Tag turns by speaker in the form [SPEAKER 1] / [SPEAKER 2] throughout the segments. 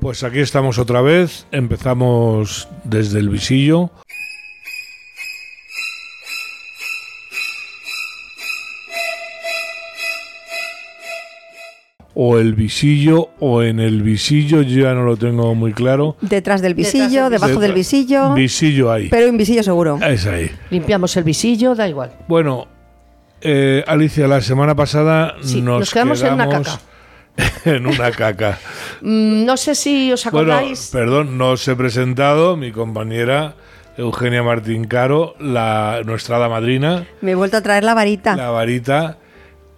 [SPEAKER 1] Pues aquí estamos otra vez, empezamos desde el visillo. O el visillo, o en el visillo, yo ya no lo tengo muy claro.
[SPEAKER 2] Detrás del visillo,
[SPEAKER 3] Detrás del
[SPEAKER 2] debajo del visillo,
[SPEAKER 1] Visillo ahí.
[SPEAKER 2] pero un visillo seguro.
[SPEAKER 1] Es ahí.
[SPEAKER 3] Limpiamos el visillo, da igual.
[SPEAKER 1] Bueno, eh, Alicia, la semana pasada
[SPEAKER 3] Sí,
[SPEAKER 1] nos,
[SPEAKER 3] nos quedamos en una
[SPEAKER 1] quedamos en una caca.
[SPEAKER 3] Mm, no sé si os
[SPEAKER 1] bueno,
[SPEAKER 3] acordáis.
[SPEAKER 1] perdón, no os he presentado, mi compañera Eugenia Martín Caro, la, nuestra hada madrina,
[SPEAKER 2] Me he vuelto a traer la
[SPEAKER 3] Ah.
[SPEAKER 2] varita.
[SPEAKER 1] la varita.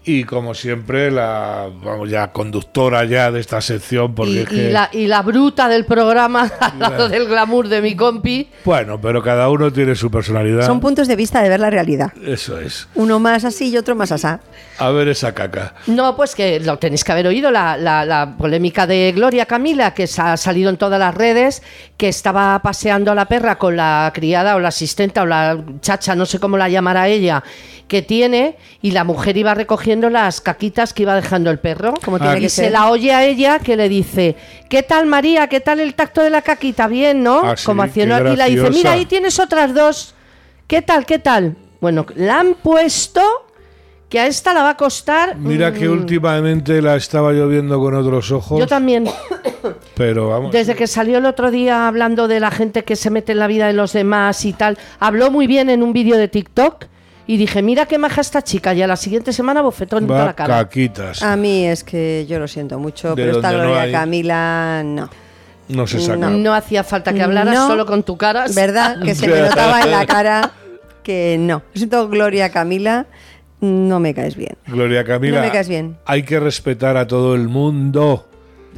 [SPEAKER 1] Y como siempre, la vamos ya conductora ya de esta sección, porque
[SPEAKER 3] y,
[SPEAKER 1] es
[SPEAKER 3] y
[SPEAKER 1] que-
[SPEAKER 3] la, y la bruta del programa al lado del glamour de mi compi.
[SPEAKER 1] bueno, pero cada uno tiene su personalidad.
[SPEAKER 2] Son puntos de vista de ver la realidad.
[SPEAKER 1] Eso es.
[SPEAKER 2] Uno más así y otro más asá.
[SPEAKER 1] A ver esa caca.
[SPEAKER 3] No, pues que lo tenéis que haber oído, la, la- la polémica de Gloria Camila, que se ha salido en todas las redes, que estaba paseando a la perra con la criada o la asistenta o la chacha, no sé cómo la llamará ella, que tiene, y la mujer iba recogiendo las caquitas que iba dejando el perro.
[SPEAKER 2] Como
[SPEAKER 1] Ah,
[SPEAKER 2] tiene
[SPEAKER 1] que
[SPEAKER 2] que
[SPEAKER 3] Y se
[SPEAKER 2] ser.
[SPEAKER 3] la oye a ella que le dice, ¿qué tal María? ¿Qué tal el tacto de la caquita? Bien, ¿no?
[SPEAKER 1] Ah, sí,
[SPEAKER 3] Como haciendo
[SPEAKER 1] qué
[SPEAKER 3] y la dice,
[SPEAKER 1] graciosa.
[SPEAKER 3] mira, ahí tienes otras dos. ¿Qué tal? ¿Qué tal? Bueno, la han puesto que a esta la va a costar.
[SPEAKER 1] Mira
[SPEAKER 3] mm,
[SPEAKER 1] que últimamente la estaba yo viendo con otros ojos,
[SPEAKER 3] Yo también.
[SPEAKER 1] pero vamos.
[SPEAKER 3] Desde que salió el otro día hablando de la gente que se mete en la vida de los demás y tal, habló muy bien en un vídeo de TikTok y dije, mira qué maja esta chica y a la siguiente semana bofetón en toda
[SPEAKER 1] va
[SPEAKER 3] la cara. Ah.
[SPEAKER 1] caquitas.
[SPEAKER 2] A mí es que yo lo siento mucho,
[SPEAKER 1] De
[SPEAKER 2] pero esta
[SPEAKER 1] donde no
[SPEAKER 2] Gloria
[SPEAKER 1] hay.
[SPEAKER 2] Camila no.
[SPEAKER 1] No se saca.
[SPEAKER 3] No hacía falta que hablaras
[SPEAKER 2] No,
[SPEAKER 3] solo con tu cara.
[SPEAKER 2] ¿Verdad? Que se me notaba en la cara que no. Lo siento, Gloria Camila, no me caes bien.
[SPEAKER 1] Gloria Camila.
[SPEAKER 2] No me caes bien.
[SPEAKER 1] Hay que respetar a todo el mundo.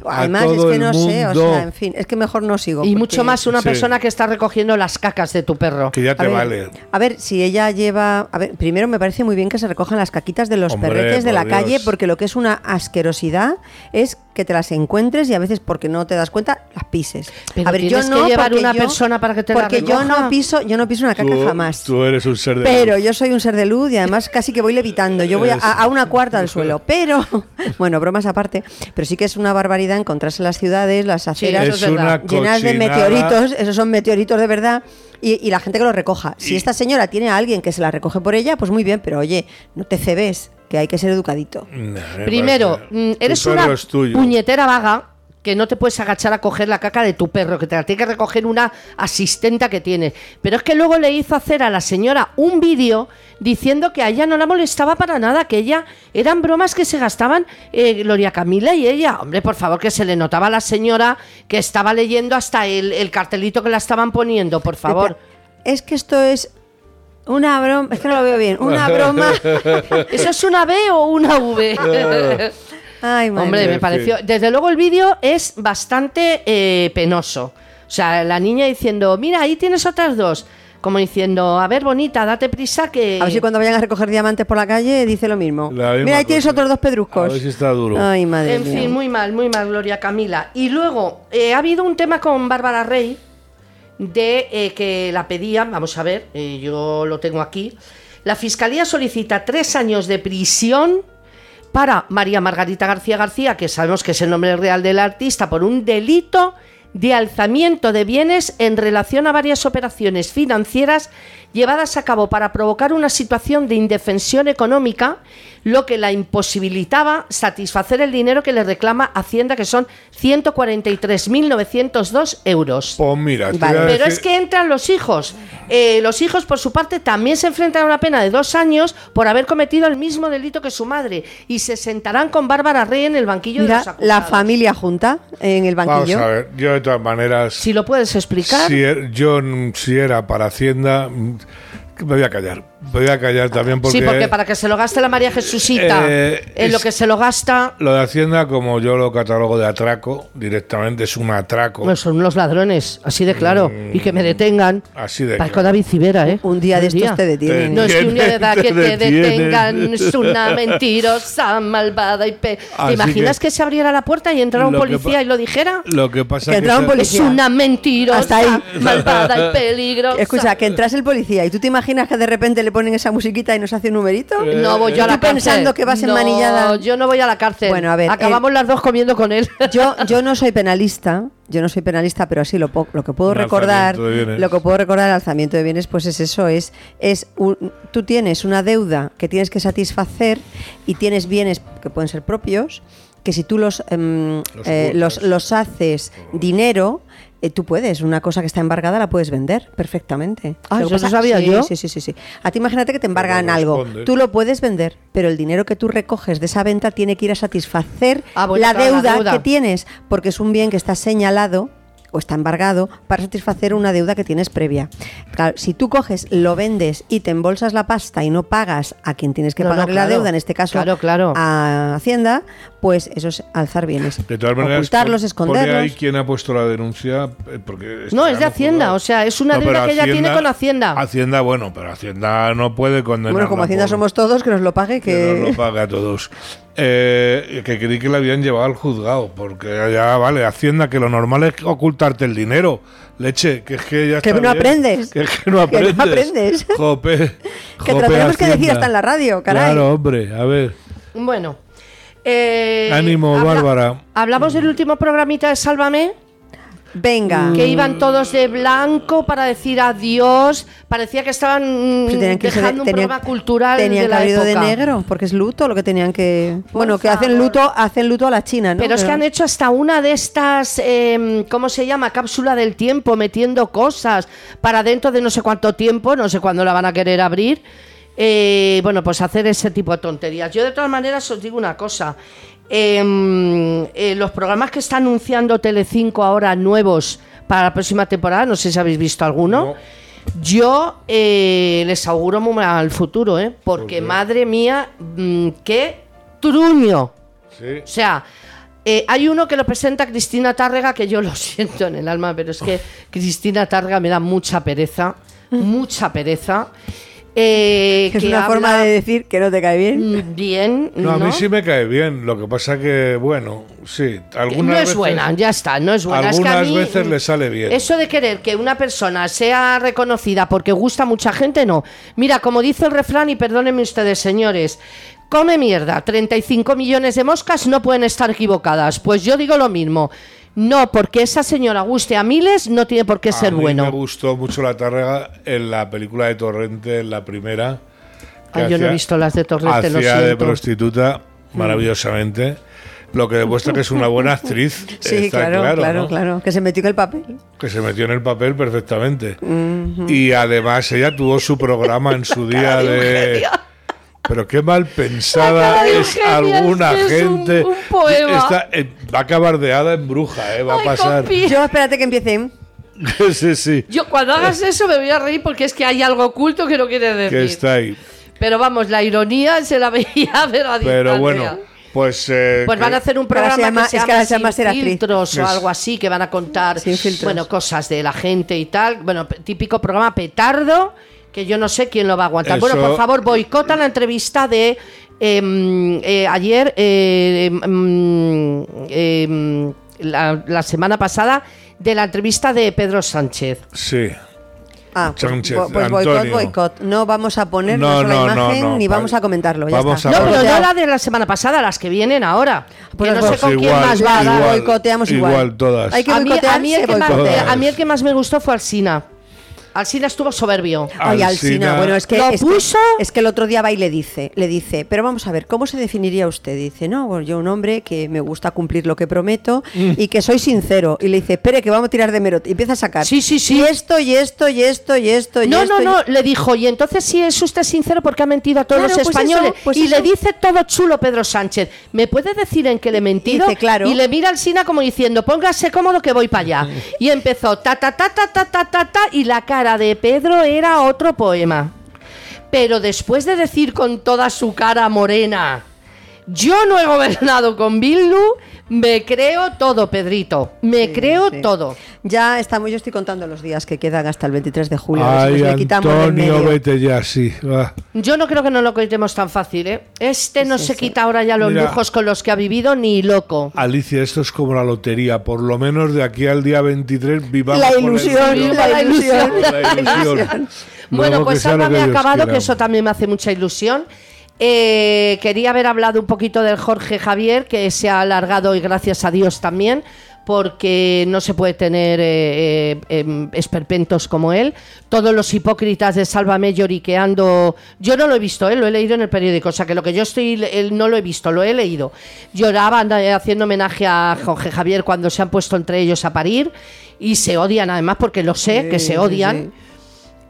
[SPEAKER 1] A
[SPEAKER 2] Además, es
[SPEAKER 1] todo
[SPEAKER 2] que
[SPEAKER 1] el
[SPEAKER 2] no sé, o
[SPEAKER 1] mundo.
[SPEAKER 2] sea, en fin, es que mejor no sigo.
[SPEAKER 3] Y
[SPEAKER 2] porque-
[SPEAKER 3] mucho más una
[SPEAKER 1] Sí.
[SPEAKER 3] persona que está recogiendo las cacas de tu perro.
[SPEAKER 1] Que ya te
[SPEAKER 2] A ver,
[SPEAKER 1] vale.
[SPEAKER 2] A ver, si ella lleva. A ver, primero me parece muy bien que se recojan las caquitas de los
[SPEAKER 1] Hombre,
[SPEAKER 2] perretes de
[SPEAKER 1] por
[SPEAKER 2] la
[SPEAKER 1] Dios.
[SPEAKER 2] calle, porque lo que es una asquerosidad es que te las encuentres y a veces porque no te das cuenta las pises.
[SPEAKER 3] Pero
[SPEAKER 2] a ver, yo
[SPEAKER 3] tienes que
[SPEAKER 2] no
[SPEAKER 3] llevar
[SPEAKER 2] porque
[SPEAKER 3] una
[SPEAKER 2] yo-
[SPEAKER 3] persona para que te la
[SPEAKER 2] porque yo
[SPEAKER 3] recoja.
[SPEAKER 2] no piso, yo no piso una caca
[SPEAKER 1] Tú,
[SPEAKER 2] jamás.
[SPEAKER 1] tú eres un ser de
[SPEAKER 2] Pero
[SPEAKER 1] luz.
[SPEAKER 2] yo soy un ser de luz y además casi que voy levitando. Yo voy a, a una cuarta del suelo. Pero, bueno, bromas aparte, pero sí que es una barbaridad encontrarse en las ciudades, las aceras
[SPEAKER 3] eso
[SPEAKER 1] es
[SPEAKER 3] es
[SPEAKER 1] una
[SPEAKER 3] verdad.
[SPEAKER 2] llenas de
[SPEAKER 1] cochinada.
[SPEAKER 2] meteoritos, esos son meteoritos de verdad, y, y la gente que los recoja. Si
[SPEAKER 1] Y-
[SPEAKER 2] esta señora tiene a alguien que se la recoge por ella, pues muy bien, pero oye, no te cebes, que hay que ser educadito.
[SPEAKER 1] No, me
[SPEAKER 3] Primero,
[SPEAKER 1] parece-
[SPEAKER 3] mm,
[SPEAKER 1] Tu
[SPEAKER 3] eres
[SPEAKER 1] perro
[SPEAKER 3] una
[SPEAKER 1] es tuyo.
[SPEAKER 3] puñetera vaga que no te puedes agachar a coger la caca de tu perro, que te la tiene que recoger una asistenta que tienes. Pero es que luego le hizo hacer a la señora un vídeo diciendo que a ella no la molestaba para nada, que ella eran bromas que se gastaban eh, Gloria Camila y ella. Hombre, por favor, que se le notaba a la señora que estaba leyendo hasta el, el cartelito que la estaban poniendo, por favor.
[SPEAKER 2] Es que esto es una broma, es que no lo veo bien, una broma.
[SPEAKER 3] ¿Eso es una B o una V?
[SPEAKER 2] Ay, madre
[SPEAKER 3] Hombre,
[SPEAKER 2] mía.
[SPEAKER 3] me pareció. Desde luego el vídeo es bastante eh, penoso. O sea, la niña diciendo, mira, ahí tienes otras dos. Como diciendo, a ver, bonita, date prisa que.
[SPEAKER 2] A ver si cuando vayan a recoger diamantes por la calle dice lo mismo.
[SPEAKER 1] La misma
[SPEAKER 2] Mira, ahí tienes
[SPEAKER 1] cosa.
[SPEAKER 2] otros dos pedruscos.
[SPEAKER 1] A ver si está duro.
[SPEAKER 2] Ay, madre
[SPEAKER 3] En
[SPEAKER 2] mía.
[SPEAKER 3] fin, muy mal, muy mal, Gloria Camila. Y luego, eh, ha habido un tema con Bárbara Rey de eh, que la pedían, vamos a ver, eh, yo lo tengo aquí. La fiscalía solicita tres años de prisión para María Margarita García García, que sabemos que es el nombre real del artista, por un delito de alzamiento de bienes en relación a varias operaciones financieras llevadas a cabo para provocar una situación de indefensión económica, lo que la imposibilitaba satisfacer el dinero que le reclama Hacienda, que son 143.902 euros.
[SPEAKER 1] Pues mira, te
[SPEAKER 2] Vale.
[SPEAKER 1] voy a
[SPEAKER 3] Pero es
[SPEAKER 1] decir-
[SPEAKER 3] que entran los hijos. Eh, los hijos, por su parte, también se enfrentan a una pena de dos años por haber cometido el mismo delito que su madre y se sentarán con Bárbara Rey en el banquillo de los
[SPEAKER 2] Mira, la
[SPEAKER 3] acusados.
[SPEAKER 2] familia junta en el
[SPEAKER 1] Vamos
[SPEAKER 2] banquillo.
[SPEAKER 1] a ver, yo de todas maneras.
[SPEAKER 3] Si lo puedes explicar.
[SPEAKER 1] si er- yo mm, si era para Hacienda. mm, que Me voy a callar. Me voy a callar también porque.
[SPEAKER 3] sí, porque para que se lo gaste la María Jesucita,
[SPEAKER 1] Eh,
[SPEAKER 3] en lo
[SPEAKER 1] es-
[SPEAKER 3] que se lo gasta.
[SPEAKER 1] Lo de Hacienda, como yo lo catalogo de atraco, directamente es un atraco.
[SPEAKER 3] Bueno, son unos ladrones, así de claro. y que me detengan.
[SPEAKER 1] Mm, así de
[SPEAKER 3] Parezco
[SPEAKER 1] claro.
[SPEAKER 3] David Civera, ¿eh?
[SPEAKER 2] Un día de estos te detienen.
[SPEAKER 3] No es que un día de edad que te
[SPEAKER 1] Te detienen.
[SPEAKER 3] detengan es una mentirosa, malvada y pe...
[SPEAKER 1] Así
[SPEAKER 3] ¿Te imaginas
[SPEAKER 1] que-
[SPEAKER 3] que, se abriera la puerta y entrara un
[SPEAKER 1] Lo que
[SPEAKER 3] policía
[SPEAKER 1] pa-
[SPEAKER 3] y lo dijera?
[SPEAKER 1] Lo que pasa es que.
[SPEAKER 2] Que entraba un
[SPEAKER 1] esa-
[SPEAKER 2] policía.
[SPEAKER 3] Es una mentirosa,
[SPEAKER 2] Hasta ahí.
[SPEAKER 3] malvada y peligrosa.
[SPEAKER 2] Escucha, que entras el policía y tú te imaginas que de repente le ponen esa musiquita y nos hace un numerito?
[SPEAKER 1] Eh,
[SPEAKER 3] No voy yo a
[SPEAKER 2] ¿Tú
[SPEAKER 3] la cárcel.
[SPEAKER 2] pensando que vas
[SPEAKER 3] No,
[SPEAKER 2] enmanillada?
[SPEAKER 3] yo no voy a la cárcel.
[SPEAKER 2] Bueno, a ver, eh,
[SPEAKER 3] Acabamos las dos comiendo con él.
[SPEAKER 2] Yo, yo no soy penalista, yo no soy penalista, pero sí lo, po- lo que puedo
[SPEAKER 1] Un
[SPEAKER 2] recordar,
[SPEAKER 1] alzamiento de bienes.
[SPEAKER 2] lo que puedo recordar al alzamiento de bienes, pues es eso, es, es un- tú tienes una deuda que tienes que satisfacer y tienes bienes que pueden ser propios, que si tú los em,
[SPEAKER 1] Los
[SPEAKER 2] eh, los,
[SPEAKER 1] ocultas.
[SPEAKER 2] los haces dinero, eh, tú puedes, una cosa que está embargada la puedes vender perfectamente.
[SPEAKER 3] Ah,
[SPEAKER 2] Lo que
[SPEAKER 3] eso no sabía
[SPEAKER 2] sí,
[SPEAKER 3] yo.
[SPEAKER 2] Sí, sí, sí, sí. A ti imagínate que te embargan
[SPEAKER 1] Pero
[SPEAKER 2] algo,
[SPEAKER 1] responde.
[SPEAKER 2] tú lo puedes vender, pero el dinero que tú recoges de esa venta tiene que ir a satisfacer
[SPEAKER 3] Ah, bueno,
[SPEAKER 2] la,
[SPEAKER 3] claro, la
[SPEAKER 2] deuda
[SPEAKER 3] deuda.
[SPEAKER 2] que tienes, porque es un bien que está señalado o está embargado para satisfacer una deuda que tienes previa. Claro, si tú coges, lo vendes y te embolsas la pasta y no pagas a quien tienes que
[SPEAKER 3] No, no,
[SPEAKER 2] pagar la
[SPEAKER 3] claro.
[SPEAKER 2] deuda, en este caso
[SPEAKER 3] Claro, claro.
[SPEAKER 2] a Hacienda, pues eso es alzar bienes.
[SPEAKER 1] De todas maneras,
[SPEAKER 2] Ocultarlos,
[SPEAKER 1] pon- pone
[SPEAKER 2] esconderlos.
[SPEAKER 1] ahí quien ha puesto la denuncia. eh, Porque
[SPEAKER 3] No, es de
[SPEAKER 1] estarán
[SPEAKER 3] Hacienda,
[SPEAKER 1] juzgados.
[SPEAKER 3] o sea, es una
[SPEAKER 1] pero
[SPEAKER 3] deuda que ella tiene con Hacienda.
[SPEAKER 1] Hacienda, bueno, pero Hacienda no puede condenar.
[SPEAKER 2] Bueno, como Hacienda somos todos, que nos lo pague,
[SPEAKER 1] Que nos
[SPEAKER 2] que...
[SPEAKER 1] lo paga a todos. Eh, que creí que la habían llevado al juzgado, porque ya vale, Hacienda, que lo normal es ocultarte el dinero. Leche, que es que ya
[SPEAKER 2] Que
[SPEAKER 1] está
[SPEAKER 2] no
[SPEAKER 1] bien,
[SPEAKER 2] aprendes.
[SPEAKER 1] Que, es que no
[SPEAKER 2] Que no
[SPEAKER 1] aprendes.
[SPEAKER 2] aprendes.
[SPEAKER 1] Jope,
[SPEAKER 2] Que te lo
[SPEAKER 1] jope,
[SPEAKER 2] tenemos que decir
[SPEAKER 1] Hacienda.
[SPEAKER 2] hasta en la radio, caray.
[SPEAKER 1] Claro, hombre, a ver.
[SPEAKER 3] Bueno. eh,
[SPEAKER 1] Ánimo, Bárbara.
[SPEAKER 3] Hablamos del último programita de Sálvame,
[SPEAKER 2] Venga.
[SPEAKER 3] que iban todos de blanco para decir adiós. Parecía que estaban mm,
[SPEAKER 2] Pero tenían que irse de-
[SPEAKER 3] dejando un
[SPEAKER 2] tenían-
[SPEAKER 3] programa cultural
[SPEAKER 2] tenían
[SPEAKER 3] de
[SPEAKER 2] que
[SPEAKER 3] la
[SPEAKER 2] haber ido de
[SPEAKER 3] época.
[SPEAKER 2] negro porque es luto lo que tenían que bueno que hacen
[SPEAKER 3] favor.
[SPEAKER 2] luto hacen luto a la China ¿no?
[SPEAKER 3] Pero es que han hecho hasta una de estas, em, ¿cómo se llama? Cápsula del tiempo, metiendo cosas para dentro de no sé cuánto tiempo, no sé cuándo la van a querer abrir. Eh, bueno, pues hacer ese tipo de tonterías. Yo de todas maneras os digo una cosa. em, eh, los programas que está anunciando Telecinco ahora nuevos para la próxima temporada, no sé si habéis visto alguno. Yo eh, les auguro muy mal futuro, ¿eh? porque madre mía, mm, qué truño.
[SPEAKER 1] Sí.
[SPEAKER 3] O sea, eh, hay uno que lo presenta Cristina Tárrega, que yo lo siento en el alma, pero es que Cristina Tárrega me da mucha pereza, mucha pereza. eh,
[SPEAKER 2] es
[SPEAKER 3] que
[SPEAKER 2] una forma
[SPEAKER 3] habla
[SPEAKER 2] de decir que no te cae bien
[SPEAKER 3] bien,
[SPEAKER 1] No,
[SPEAKER 3] ¿no?
[SPEAKER 1] a mí sí me cae bien. Lo que pasa que, bueno, sí.
[SPEAKER 3] Que
[SPEAKER 1] Algunas
[SPEAKER 3] no es
[SPEAKER 1] veces-
[SPEAKER 3] buena, ya está, no es buena. Es que a
[SPEAKER 1] Algunas
[SPEAKER 3] mí, mm,
[SPEAKER 1] veces le sale bien.
[SPEAKER 3] Eso de querer que una persona sea reconocida porque gusta a mucha gente, no. Mira, como dice el refrán, y perdónenme ustedes, señores, come mierda, 35 millones de moscas no pueden estar equivocadas. Pues yo digo lo mismo. No, porque esa señora guste a miles, no tiene por qué
[SPEAKER 1] A
[SPEAKER 3] ser
[SPEAKER 1] mí
[SPEAKER 3] bueno.
[SPEAKER 1] Me gustó mucho la tárrega en la película de Torrente, en la primera. que
[SPEAKER 3] Ay, Ah, yo no he visto las de Torrente, lo
[SPEAKER 1] hacía de
[SPEAKER 3] siento. Mm.
[SPEAKER 1] prostituta maravillosamente. Lo que demuestra que es una buena actriz.
[SPEAKER 2] sí
[SPEAKER 1] está
[SPEAKER 2] claro claro claro,
[SPEAKER 1] ¿no?
[SPEAKER 2] que se metió en el papel
[SPEAKER 1] Que se metió en el papel perfectamente. Y además ella tuvo su programa en su día de. Pero qué mal pensada
[SPEAKER 3] cara de
[SPEAKER 1] es
[SPEAKER 3] Eugenia, es
[SPEAKER 1] alguna
[SPEAKER 3] que es un-
[SPEAKER 1] gente.
[SPEAKER 3] un poema.
[SPEAKER 1] Está- eh, va a acabar de hada en bruja, eh, va a
[SPEAKER 3] Ay,
[SPEAKER 1] pasar.
[SPEAKER 3] compi.
[SPEAKER 2] yo espérate que empiecen
[SPEAKER 1] sí, sí.
[SPEAKER 3] Yo cuando hagas eso me voy a reír porque es que hay algo oculto que no quieres decir.
[SPEAKER 1] Eh. Que está ahí.
[SPEAKER 3] Pero vamos, la ironía se la veía, pero
[SPEAKER 1] Pero
[SPEAKER 3] a distancia.
[SPEAKER 1] bueno, pues. eh,
[SPEAKER 3] Pues
[SPEAKER 1] que-
[SPEAKER 3] van a hacer un
[SPEAKER 2] Ahora
[SPEAKER 3] programa
[SPEAKER 2] se llama-
[SPEAKER 3] que se
[SPEAKER 2] es
[SPEAKER 3] llama
[SPEAKER 2] que ahora se
[SPEAKER 3] Sin
[SPEAKER 2] llama Ser Actriz.
[SPEAKER 3] filtros o
[SPEAKER 1] Es-
[SPEAKER 3] algo así que van a contar
[SPEAKER 2] Sin filtros.
[SPEAKER 3] bueno cosas de la gente y tal bueno p- típico programa petardo que yo no sé quién lo va a aguantar
[SPEAKER 1] Eso-
[SPEAKER 3] bueno por favor boicota la entrevista de em, eh, ayer eh, em, em, la, la semana pasada de la entrevista de Pedro Sánchez
[SPEAKER 1] Sí.
[SPEAKER 2] ah pues,
[SPEAKER 1] Sánchez,
[SPEAKER 2] bo- pues boicot
[SPEAKER 1] Antonio.
[SPEAKER 2] boicot no vamos a poner
[SPEAKER 1] No,
[SPEAKER 2] nuestra
[SPEAKER 1] no, no,
[SPEAKER 2] imagen
[SPEAKER 1] no,
[SPEAKER 2] ni
[SPEAKER 1] vale.
[SPEAKER 2] vamos a comentarlo ya
[SPEAKER 1] Vamos
[SPEAKER 2] está.
[SPEAKER 1] a-
[SPEAKER 3] no pero
[SPEAKER 2] boicotear.
[SPEAKER 3] no la de la semana pasada las que vienen ahora
[SPEAKER 2] Pues
[SPEAKER 3] que no sé
[SPEAKER 1] pues
[SPEAKER 3] con quién
[SPEAKER 1] igual,
[SPEAKER 3] más va a dar.
[SPEAKER 1] igual.
[SPEAKER 2] boicoteamos igual
[SPEAKER 1] igual todas.
[SPEAKER 2] hay que
[SPEAKER 3] a mí,
[SPEAKER 2] boicotear
[SPEAKER 3] a mí el
[SPEAKER 2] se
[SPEAKER 3] que más,
[SPEAKER 2] boicotea.
[SPEAKER 1] boicotear.
[SPEAKER 3] eh, a mí el que más me gustó fue Alsina. Alsina estuvo soberbio.
[SPEAKER 2] Ay, Alsina,
[SPEAKER 1] Alsina.
[SPEAKER 2] bueno, es que,
[SPEAKER 3] ¿Lo
[SPEAKER 2] es, que-
[SPEAKER 3] puso?
[SPEAKER 2] es que el otro día va y le dice, le dice, pero vamos a ver, ¿cómo se definiría usted? Dice, no, bueno, yo un hombre que me gusta cumplir lo que prometo
[SPEAKER 1] Mm.
[SPEAKER 2] y que soy sincero. Y le dice, espere, que vamos a tirar de mero. Y empieza a sacar.
[SPEAKER 3] Sí, sí, sí.
[SPEAKER 2] Y esto, y esto, y esto, y esto, y
[SPEAKER 3] No,
[SPEAKER 2] esto.
[SPEAKER 3] no,
[SPEAKER 2] y-
[SPEAKER 3] no, le dijo, y entonces si es usted sincero porque ha mentido a todos
[SPEAKER 2] Claro,
[SPEAKER 3] los
[SPEAKER 2] pues
[SPEAKER 3] españoles.
[SPEAKER 2] eso, pues
[SPEAKER 3] y le
[SPEAKER 2] eso.
[SPEAKER 3] dice todo chulo Pedro Sánchez, ¿me puede decir en qué le he mentido?
[SPEAKER 2] Dice, claro.
[SPEAKER 3] Y le mira al Sina como diciendo, póngase cómodo que voy para allá. Y empezó, ta, ta, ta, ta, ta, ta, ta, ta, y la cara de Pedro era otro poema. Pero después de decir con toda su cara morena, yo no he gobernado con Bildu, me creo todo, Pedrito. Me
[SPEAKER 2] Sí,
[SPEAKER 3] creo
[SPEAKER 2] sí.
[SPEAKER 3] todo.
[SPEAKER 2] Ya estamos, yo estoy contando los días que quedan hasta el 23 de julio. a ver si
[SPEAKER 1] Ay,
[SPEAKER 2] nos le quitamos del
[SPEAKER 1] Antonio,
[SPEAKER 2] medio.
[SPEAKER 1] vete ya, sí. va.
[SPEAKER 3] Yo no creo que no lo quitemos tan fácil, ¿eh? Este no
[SPEAKER 2] Sí,
[SPEAKER 3] se
[SPEAKER 2] sí.
[SPEAKER 3] quita ahora ya los
[SPEAKER 1] Mira.
[SPEAKER 3] lujos con los que ha vivido ni loco.
[SPEAKER 1] Alicia, esto es como la lotería. Por lo menos de aquí al día 23 vivamos
[SPEAKER 2] La
[SPEAKER 1] con el
[SPEAKER 2] ilusión,
[SPEAKER 1] dinero.
[SPEAKER 2] la ilusión,
[SPEAKER 1] Con la
[SPEAKER 2] la
[SPEAKER 1] ilusión.
[SPEAKER 2] ilusión.
[SPEAKER 3] Bueno,
[SPEAKER 1] Luego
[SPEAKER 3] pues
[SPEAKER 1] que sea lo
[SPEAKER 3] Sálvame
[SPEAKER 1] que
[SPEAKER 3] ha
[SPEAKER 1] Dios
[SPEAKER 3] acabado,
[SPEAKER 1] quiera.
[SPEAKER 3] que eso también me hace mucha ilusión. Eh, quería haber hablado un poquito del Jorge Javier, que se ha alargado y gracias a Dios también, porque no se puede tener eh, eh, em, esperpentos como él. Todos los hipócritas de Sálvame lloriqueando. Yo no lo he visto, eh, lo he leído en el periódico, o sea que lo que yo estoy, eh, no lo he visto, lo he leído. Lloraban eh, haciendo homenaje a Jorge Javier cuando se han puesto entre ellos a parir y se odian además, porque lo sé, que
[SPEAKER 2] Sí, sí,
[SPEAKER 3] se odian.
[SPEAKER 2] sí.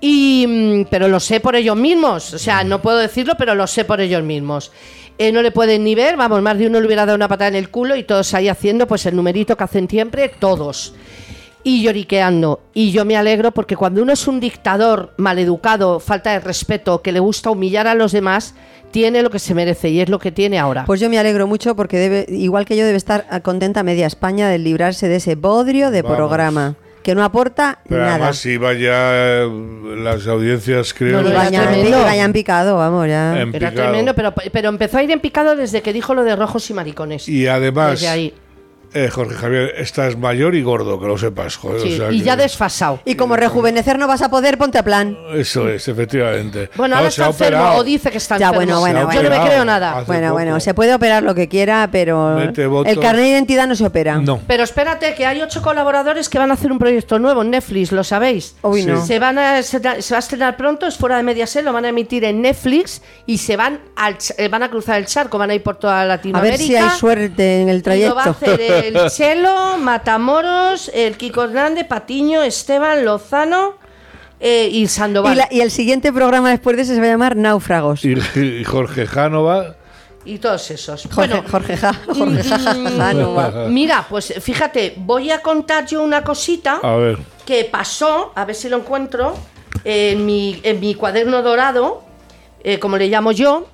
[SPEAKER 3] Y, mm, pero lo sé por ellos mismos. O sea, no puedo decirlo, pero lo sé por ellos mismos. Eh, no le pueden ni ver, vamos, más de uno le hubiera dado una patada en el culo y todos ahí haciendo pues el numerito que hacen siempre, todos. Y lloriqueando. Y yo me alegro porque cuando uno es un dictador maleducado, falta de respeto, que le gusta humillar a los demás, tiene lo que se merece y es lo que tiene ahora.
[SPEAKER 2] Pues yo me alegro mucho porque debe, igual que yo debe estar a- contenta media España de librarse de ese bodrio de
[SPEAKER 1] Vamos.
[SPEAKER 2] programa que no aporta
[SPEAKER 1] Pero
[SPEAKER 2] nada.
[SPEAKER 1] además, si vaya eh, las audiencias, creo.
[SPEAKER 3] No, no,
[SPEAKER 2] Y
[SPEAKER 3] era
[SPEAKER 2] vayan,
[SPEAKER 3] tremendo.
[SPEAKER 2] y vayan picado, vamos ya.
[SPEAKER 1] Em- en
[SPEAKER 3] Era
[SPEAKER 1] picado.
[SPEAKER 3] tremendo, pero, pero empezó a ir en picado desde que dijo lo de rojos y maricones.
[SPEAKER 1] y además,
[SPEAKER 3] desde ahí.
[SPEAKER 1] eh, Jorge Javier, estás mayor y gordo, que lo sepas, joder. o
[SPEAKER 3] Sí,
[SPEAKER 1] sea
[SPEAKER 3] y
[SPEAKER 1] que-
[SPEAKER 3] ya desfasado.
[SPEAKER 2] Y como rejuvenecer no vas a poder, ponte a plan.
[SPEAKER 1] Eso es, efectivamente.
[SPEAKER 3] Bueno,
[SPEAKER 1] No,
[SPEAKER 3] ahora
[SPEAKER 1] se
[SPEAKER 3] está
[SPEAKER 1] ha
[SPEAKER 3] enfermo
[SPEAKER 1] operado.
[SPEAKER 3] o dice que está
[SPEAKER 2] Ya, bueno,
[SPEAKER 3] enfermo.
[SPEAKER 2] bueno, Se ha
[SPEAKER 3] Yo no me
[SPEAKER 1] operado.
[SPEAKER 3] creo nada.
[SPEAKER 1] Hace
[SPEAKER 2] Bueno, bueno,
[SPEAKER 1] poco.
[SPEAKER 2] se puede operar lo que quiera, pero
[SPEAKER 1] Mete votos.
[SPEAKER 2] el carnet de identidad no se opera.
[SPEAKER 1] No.
[SPEAKER 3] Pero espérate, que hay ocho colaboradores que van a hacer un proyecto nuevo en Netflix, ¿lo sabéis?
[SPEAKER 2] Uy,
[SPEAKER 1] Sí.
[SPEAKER 2] no.
[SPEAKER 3] Se, van a, se, da- se va a estrenar pronto, es fuera de Mediaset, lo van a emitir en Netflix y se van, al, ch- eh, van a cruzar el charco, van a ir por toda
[SPEAKER 2] A
[SPEAKER 3] Latinoamérica.
[SPEAKER 2] ver si hay suerte en el
[SPEAKER 3] Y Lo va a
[SPEAKER 2] trayecto.
[SPEAKER 3] hacer el Chelo, Matamoros, el Kiko Hernández, Patiño, Esteban, Lozano eh, y Sandoval.
[SPEAKER 2] Y, la- y el siguiente programa después de ese se va a llamar Náufragos.
[SPEAKER 1] Y, y Jorge Janova.
[SPEAKER 3] Y todos esos.
[SPEAKER 2] Jorge,
[SPEAKER 3] Bueno, Mm.
[SPEAKER 2] Jorge, ja, Jorge, ja, ja, ja, no va.
[SPEAKER 3] Mira, pues fíjate, voy a contar yo una cosita
[SPEAKER 1] A ver.
[SPEAKER 3] que pasó, a ver si lo encuentro, en mi, en mi cuaderno dorado, eh, como le llamo yo,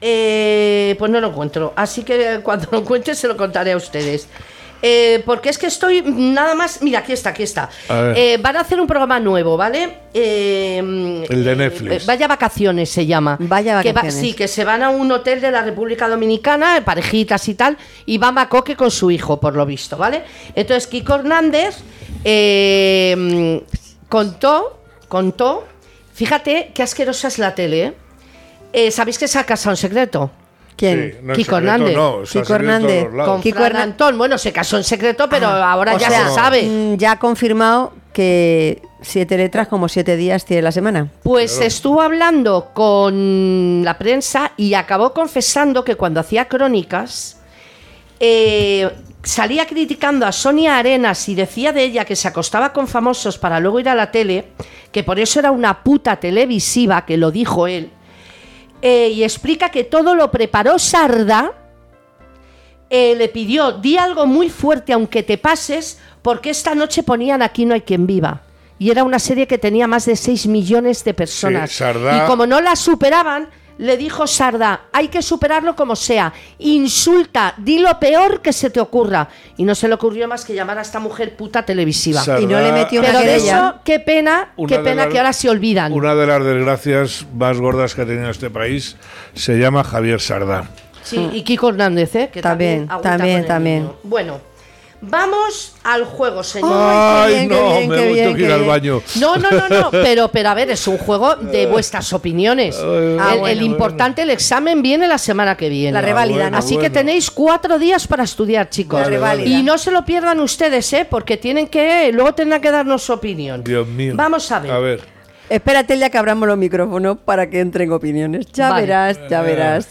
[SPEAKER 3] eh, pues no lo encuentro. Así que eh, cuando lo encuentre se lo contaré a ustedes. Eh, porque es que estoy nada más. Mira, aquí está, aquí está.
[SPEAKER 1] A ver.
[SPEAKER 3] Eh, van a hacer un programa nuevo, ¿vale? Eh,
[SPEAKER 1] El de
[SPEAKER 3] eh,
[SPEAKER 1] Netflix.
[SPEAKER 3] vaya vacaciones se llama.
[SPEAKER 2] Vaya
[SPEAKER 3] Que va-
[SPEAKER 2] vacaciones.
[SPEAKER 3] sí, que se van a un hotel de la República Dominicana, eh, parejitas y tal, y va Macoque con su hijo, por lo visto, ¿vale? Entonces, Kiko Hernández eh, contó, contó, fíjate qué asquerosa es la tele, ¿eh? Eh, ¿Sabéis que se ha casado en secreto?
[SPEAKER 2] ¿Quién?
[SPEAKER 1] Sí, no, en
[SPEAKER 3] Kiko
[SPEAKER 1] secreto
[SPEAKER 3] Hernández.
[SPEAKER 1] no, se ha
[SPEAKER 2] Kiko
[SPEAKER 1] salido en todos
[SPEAKER 2] Hernández,
[SPEAKER 1] los lados.
[SPEAKER 3] Con
[SPEAKER 2] Kiko
[SPEAKER 3] Kiko
[SPEAKER 2] Hernan-
[SPEAKER 3] Antón. Bueno, se casó en secreto, pero ahora
[SPEAKER 2] O
[SPEAKER 3] ya
[SPEAKER 2] sea,
[SPEAKER 3] se sabe.
[SPEAKER 2] mm, Ya ha confirmado que siete letras como siete días tiene la semana.
[SPEAKER 3] Pues estuvo hablando con la prensa y acabó confesando que cuando hacía crónicas eh, salía criticando a Sonia Arenas y decía de ella que se acostaba con famosos para luego ir a la tele, que por eso era una puta televisiva, que lo dijo él, eh, y explica que todo lo preparó Sarda, eh, le pidió, di algo muy fuerte aunque te pases, porque esta noche ponían Aquí no hay quien viva. Y era una serie que tenía más de 6 millones de personas.
[SPEAKER 1] Sí, Sardá-
[SPEAKER 3] Y como no la superaban, le dijo Sarda, hay que superarlo como sea. Insulta, di lo peor que se te ocurra. Y no se le ocurrió más que llamar a esta mujer puta televisiva.
[SPEAKER 1] Sardá-
[SPEAKER 2] Y no le metió una
[SPEAKER 3] Pero de
[SPEAKER 2] querella.
[SPEAKER 3] eso, qué pena,
[SPEAKER 1] Una
[SPEAKER 3] qué
[SPEAKER 1] de
[SPEAKER 3] pena
[SPEAKER 1] las-
[SPEAKER 3] que ahora se olvidan.
[SPEAKER 1] Una de las desgracias más gordas que ha tenido este país se llama Javier Sardá.
[SPEAKER 3] Sí, y Kiko Hernández, ¿eh? Que también,
[SPEAKER 2] Mm. También,
[SPEAKER 3] agüita
[SPEAKER 2] también,
[SPEAKER 3] con el
[SPEAKER 2] también.
[SPEAKER 3] niño. Bueno, vamos al juego, señor.
[SPEAKER 1] Ay,
[SPEAKER 2] bien, qué
[SPEAKER 1] no,
[SPEAKER 2] bien,
[SPEAKER 1] me
[SPEAKER 2] qué
[SPEAKER 1] voy,
[SPEAKER 2] bien,
[SPEAKER 1] tengo que
[SPEAKER 2] qué
[SPEAKER 1] ir al
[SPEAKER 2] bien.
[SPEAKER 1] baño.
[SPEAKER 3] No, no, no, no, pero, pero a ver, es un juego de vuestras opiniones. el,
[SPEAKER 2] Ah,
[SPEAKER 3] el
[SPEAKER 2] bueno,
[SPEAKER 3] importante, el examen viene la semana que viene.
[SPEAKER 2] La reválida,
[SPEAKER 1] bueno,
[SPEAKER 2] ¿no?
[SPEAKER 3] Así que
[SPEAKER 1] bueno.
[SPEAKER 3] tenéis cuatro días para estudiar, chicos.
[SPEAKER 2] La reválida.
[SPEAKER 3] Y no se lo pierdan ustedes, ¿eh? Porque tienen que, luego tendrán que darnos su opinión.
[SPEAKER 1] Dios mío.
[SPEAKER 3] Vamos a ver.
[SPEAKER 1] A ver.
[SPEAKER 2] Espérate el día que abramos los micrófonos para que entren opiniones. Ya
[SPEAKER 3] Vale.
[SPEAKER 2] verás,
[SPEAKER 1] Eh,
[SPEAKER 2] ya verás.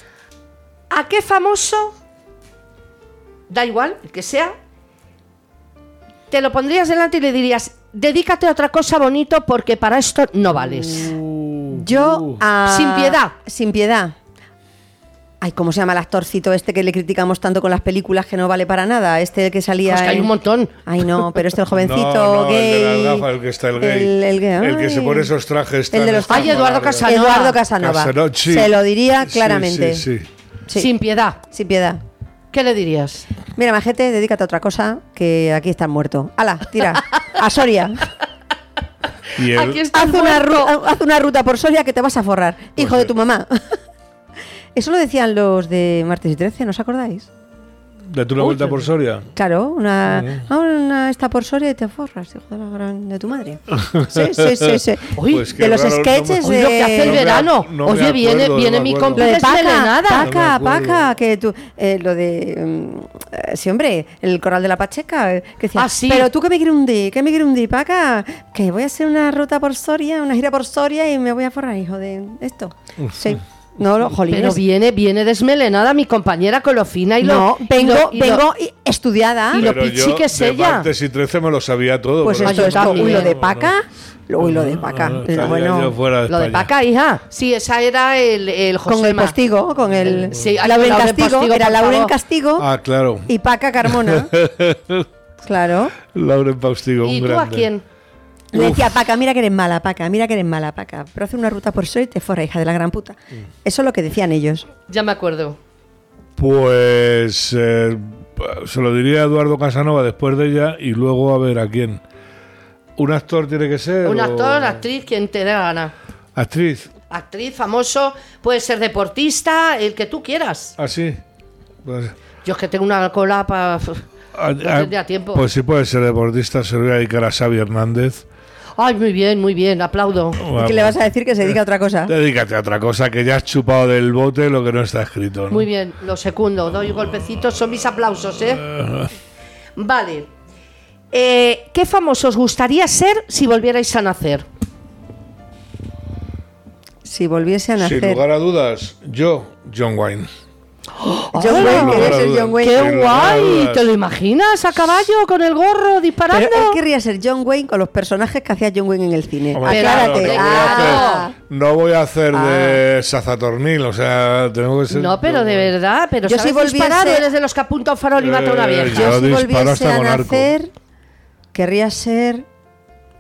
[SPEAKER 3] ¿A qué famoso, da igual, el que sea, te lo pondrías delante y le dirías, dedícate a otra cosa bonito porque para esto no vales?
[SPEAKER 2] Mm. Yo a...
[SPEAKER 3] Sin piedad.
[SPEAKER 2] Sin piedad. Ay, ¿cómo se llama el actorcito este que le criticamos tanto con las películas que no vale para nada? Este que salía
[SPEAKER 3] Pues que hay
[SPEAKER 2] en-
[SPEAKER 3] un montón.
[SPEAKER 2] Ay, no, pero este el jovencito
[SPEAKER 1] No, no,
[SPEAKER 2] gay.
[SPEAKER 1] El de las gafas, el que está el gay.
[SPEAKER 2] El, el gay,
[SPEAKER 1] El que se
[SPEAKER 2] ay.
[SPEAKER 1] pone esos trajes
[SPEAKER 2] El de
[SPEAKER 1] tan
[SPEAKER 2] los trajes.
[SPEAKER 3] Ay, Eduardo
[SPEAKER 1] largos.
[SPEAKER 3] Casanova.
[SPEAKER 2] Eduardo Casanova.
[SPEAKER 1] Casanochi.
[SPEAKER 2] Se lo diría
[SPEAKER 1] Sí,
[SPEAKER 2] claramente.
[SPEAKER 1] Sí, sí.
[SPEAKER 2] Sí,
[SPEAKER 3] Sin piedad.
[SPEAKER 2] sin piedad.
[SPEAKER 3] ¿Qué le dirías?
[SPEAKER 2] Mira, majete, dedícate a otra cosa, que aquí estás muerto. Ala, tira. A Soria.
[SPEAKER 1] Y el-
[SPEAKER 3] Aquí está
[SPEAKER 2] haz,
[SPEAKER 3] el
[SPEAKER 2] una
[SPEAKER 3] muerto.
[SPEAKER 2] ru- haz una ruta por Soria que te vas a forrar.
[SPEAKER 1] Pues
[SPEAKER 2] Hijo de tu mamá. Eso lo decían los de Martes y Trece, ¿no os acordáis?
[SPEAKER 1] ¿Date una
[SPEAKER 3] Uy,
[SPEAKER 1] vuelta
[SPEAKER 3] qué-
[SPEAKER 1] por Soria?
[SPEAKER 2] Claro, una, ah, una esta por Soria y te forras, hijo de la gran de tu madre. Sí, sí, sí, sí.
[SPEAKER 3] Uy,
[SPEAKER 1] Pues qué
[SPEAKER 2] de los
[SPEAKER 1] raro, no me-
[SPEAKER 2] sketches
[SPEAKER 3] Uy, lo que hace el
[SPEAKER 1] No
[SPEAKER 2] de...
[SPEAKER 1] me ac-
[SPEAKER 3] verano.
[SPEAKER 1] no me
[SPEAKER 3] Oye, viene,
[SPEAKER 1] acuerdo, no
[SPEAKER 3] viene
[SPEAKER 1] me
[SPEAKER 3] mi
[SPEAKER 1] acuerdo.
[SPEAKER 2] Lo
[SPEAKER 3] complejo
[SPEAKER 2] de Paca,
[SPEAKER 3] desmelenada.
[SPEAKER 2] Paca,
[SPEAKER 1] No me acuerdo.
[SPEAKER 2] Paca, que tú, eh, lo de, mm, eh, sí hombre, el coral de la Pacheca, eh, que decía,
[SPEAKER 3] Ah, sí.
[SPEAKER 2] pero tú que me quieres hundir, que me quieres hundir, Paca, que voy a hacer una ruta por Soria, una gira por Soria y me voy a forrar, hijo de esto. Sí, no, lo, jolines.
[SPEAKER 3] Pero viene, viene desmelenada mi compañera Colofina y lo.
[SPEAKER 2] no,
[SPEAKER 3] y lo-
[SPEAKER 2] vengo,
[SPEAKER 3] y lo-
[SPEAKER 2] vengo y- estudiada.
[SPEAKER 3] y lo
[SPEAKER 1] Pero
[SPEAKER 3] pichi
[SPEAKER 1] yo
[SPEAKER 3] que es
[SPEAKER 1] de
[SPEAKER 3] ella.
[SPEAKER 1] martes y 13 me lo sabía todo.
[SPEAKER 2] Pues
[SPEAKER 1] por
[SPEAKER 2] esto
[SPEAKER 1] eso
[SPEAKER 2] es
[SPEAKER 1] no-
[SPEAKER 2] lo, uy, lo de
[SPEAKER 1] no,
[SPEAKER 2] Paca. Lo, uy, lo de Paca.
[SPEAKER 1] no, estaría
[SPEAKER 2] bueno,
[SPEAKER 1] Ah, yo fuera
[SPEAKER 3] Lo de
[SPEAKER 1] España.
[SPEAKER 3] Paca, hija. Sí, esa era el, el José
[SPEAKER 2] con el postigo, con el.
[SPEAKER 3] Sí, ay,
[SPEAKER 2] Lauren
[SPEAKER 3] Lauren
[SPEAKER 2] Castigo.
[SPEAKER 3] Postigo,
[SPEAKER 2] era
[SPEAKER 3] por
[SPEAKER 2] Lauren
[SPEAKER 3] favor.
[SPEAKER 2] Castigo
[SPEAKER 1] Ah, claro.
[SPEAKER 2] y Paca Carmona. claro.
[SPEAKER 1] Lauren Paustigo, un
[SPEAKER 3] ¿Y tú a
[SPEAKER 1] grande.
[SPEAKER 3] quién?
[SPEAKER 2] Le decía, Paca, mira que eres mala, Paca, mira que eres mala, Paca. Pero hace una ruta por Soria y te forra, hija de la gran puta.
[SPEAKER 1] Mm.
[SPEAKER 2] Eso es lo que decían ellos.
[SPEAKER 3] Ya me acuerdo.
[SPEAKER 1] Pues eh, se lo diría a Eduardo Casanova después de ella y luego a ver a quién. ¿Un actor tiene que ser?
[SPEAKER 3] Un
[SPEAKER 1] o-
[SPEAKER 3] actor, actriz, quien te dé la gana.
[SPEAKER 1] Actriz,
[SPEAKER 3] Actriz, famoso, puede ser deportista, el que tú quieras.
[SPEAKER 1] así. ¿Ah, Pues,
[SPEAKER 3] Yo es que tengo una cola para.
[SPEAKER 1] a-
[SPEAKER 3] No tendría tiempo.
[SPEAKER 1] Pues sí puede ser deportista, se lo voy a dedicar a Xavi Hernández.
[SPEAKER 3] Ay, muy bien, muy bien, aplaudo.
[SPEAKER 2] ¿Y
[SPEAKER 1] Vamos.
[SPEAKER 2] qué le vas a decir que se dedica a otra cosa?
[SPEAKER 1] Dedícate a otra cosa, que ya has chupado del bote lo que no está escrito. ¿no?
[SPEAKER 3] Muy bien, lo secundo, doy golpecitos, son mis aplausos, ¿eh? Vale. Eh, ¿Qué famosos gustaría ser si volvierais a nacer?
[SPEAKER 2] Si volviese a
[SPEAKER 1] Sin
[SPEAKER 2] nacer.
[SPEAKER 1] lugar a dudas, yo, John Wayne.
[SPEAKER 2] John
[SPEAKER 3] ¡Hola!
[SPEAKER 2] Wayne,
[SPEAKER 1] Sin lugar
[SPEAKER 2] quería
[SPEAKER 1] a
[SPEAKER 2] ser
[SPEAKER 1] dudas.
[SPEAKER 2] John Wayne.
[SPEAKER 1] Sin
[SPEAKER 3] ¡Qué
[SPEAKER 1] lugar a
[SPEAKER 3] guay!
[SPEAKER 1] dudas.
[SPEAKER 3] ¿Te lo imaginas a caballo con el gorro
[SPEAKER 2] Pero
[SPEAKER 3] disparando?
[SPEAKER 2] él querría ser John Wayne con los personajes que hacía John Wayne en el cine.
[SPEAKER 1] Hombre, claro,
[SPEAKER 2] Aclárate.
[SPEAKER 1] no, voy a
[SPEAKER 2] Ah.
[SPEAKER 1] hacer, no voy a hacer de Sazatornil, o sea, tengo que ser.
[SPEAKER 3] Ah. No, pero de verdad, pero
[SPEAKER 2] Yo
[SPEAKER 3] ¿sabes
[SPEAKER 2] si volviese-
[SPEAKER 3] disparar o eres de los que apunta un farol y mata a una
[SPEAKER 1] Eh,
[SPEAKER 3] vieja?
[SPEAKER 1] yo-
[SPEAKER 2] Yo si
[SPEAKER 1] disparo
[SPEAKER 2] volviese
[SPEAKER 1] hasta
[SPEAKER 2] a
[SPEAKER 1] con arco.
[SPEAKER 2] nacer, querría ser,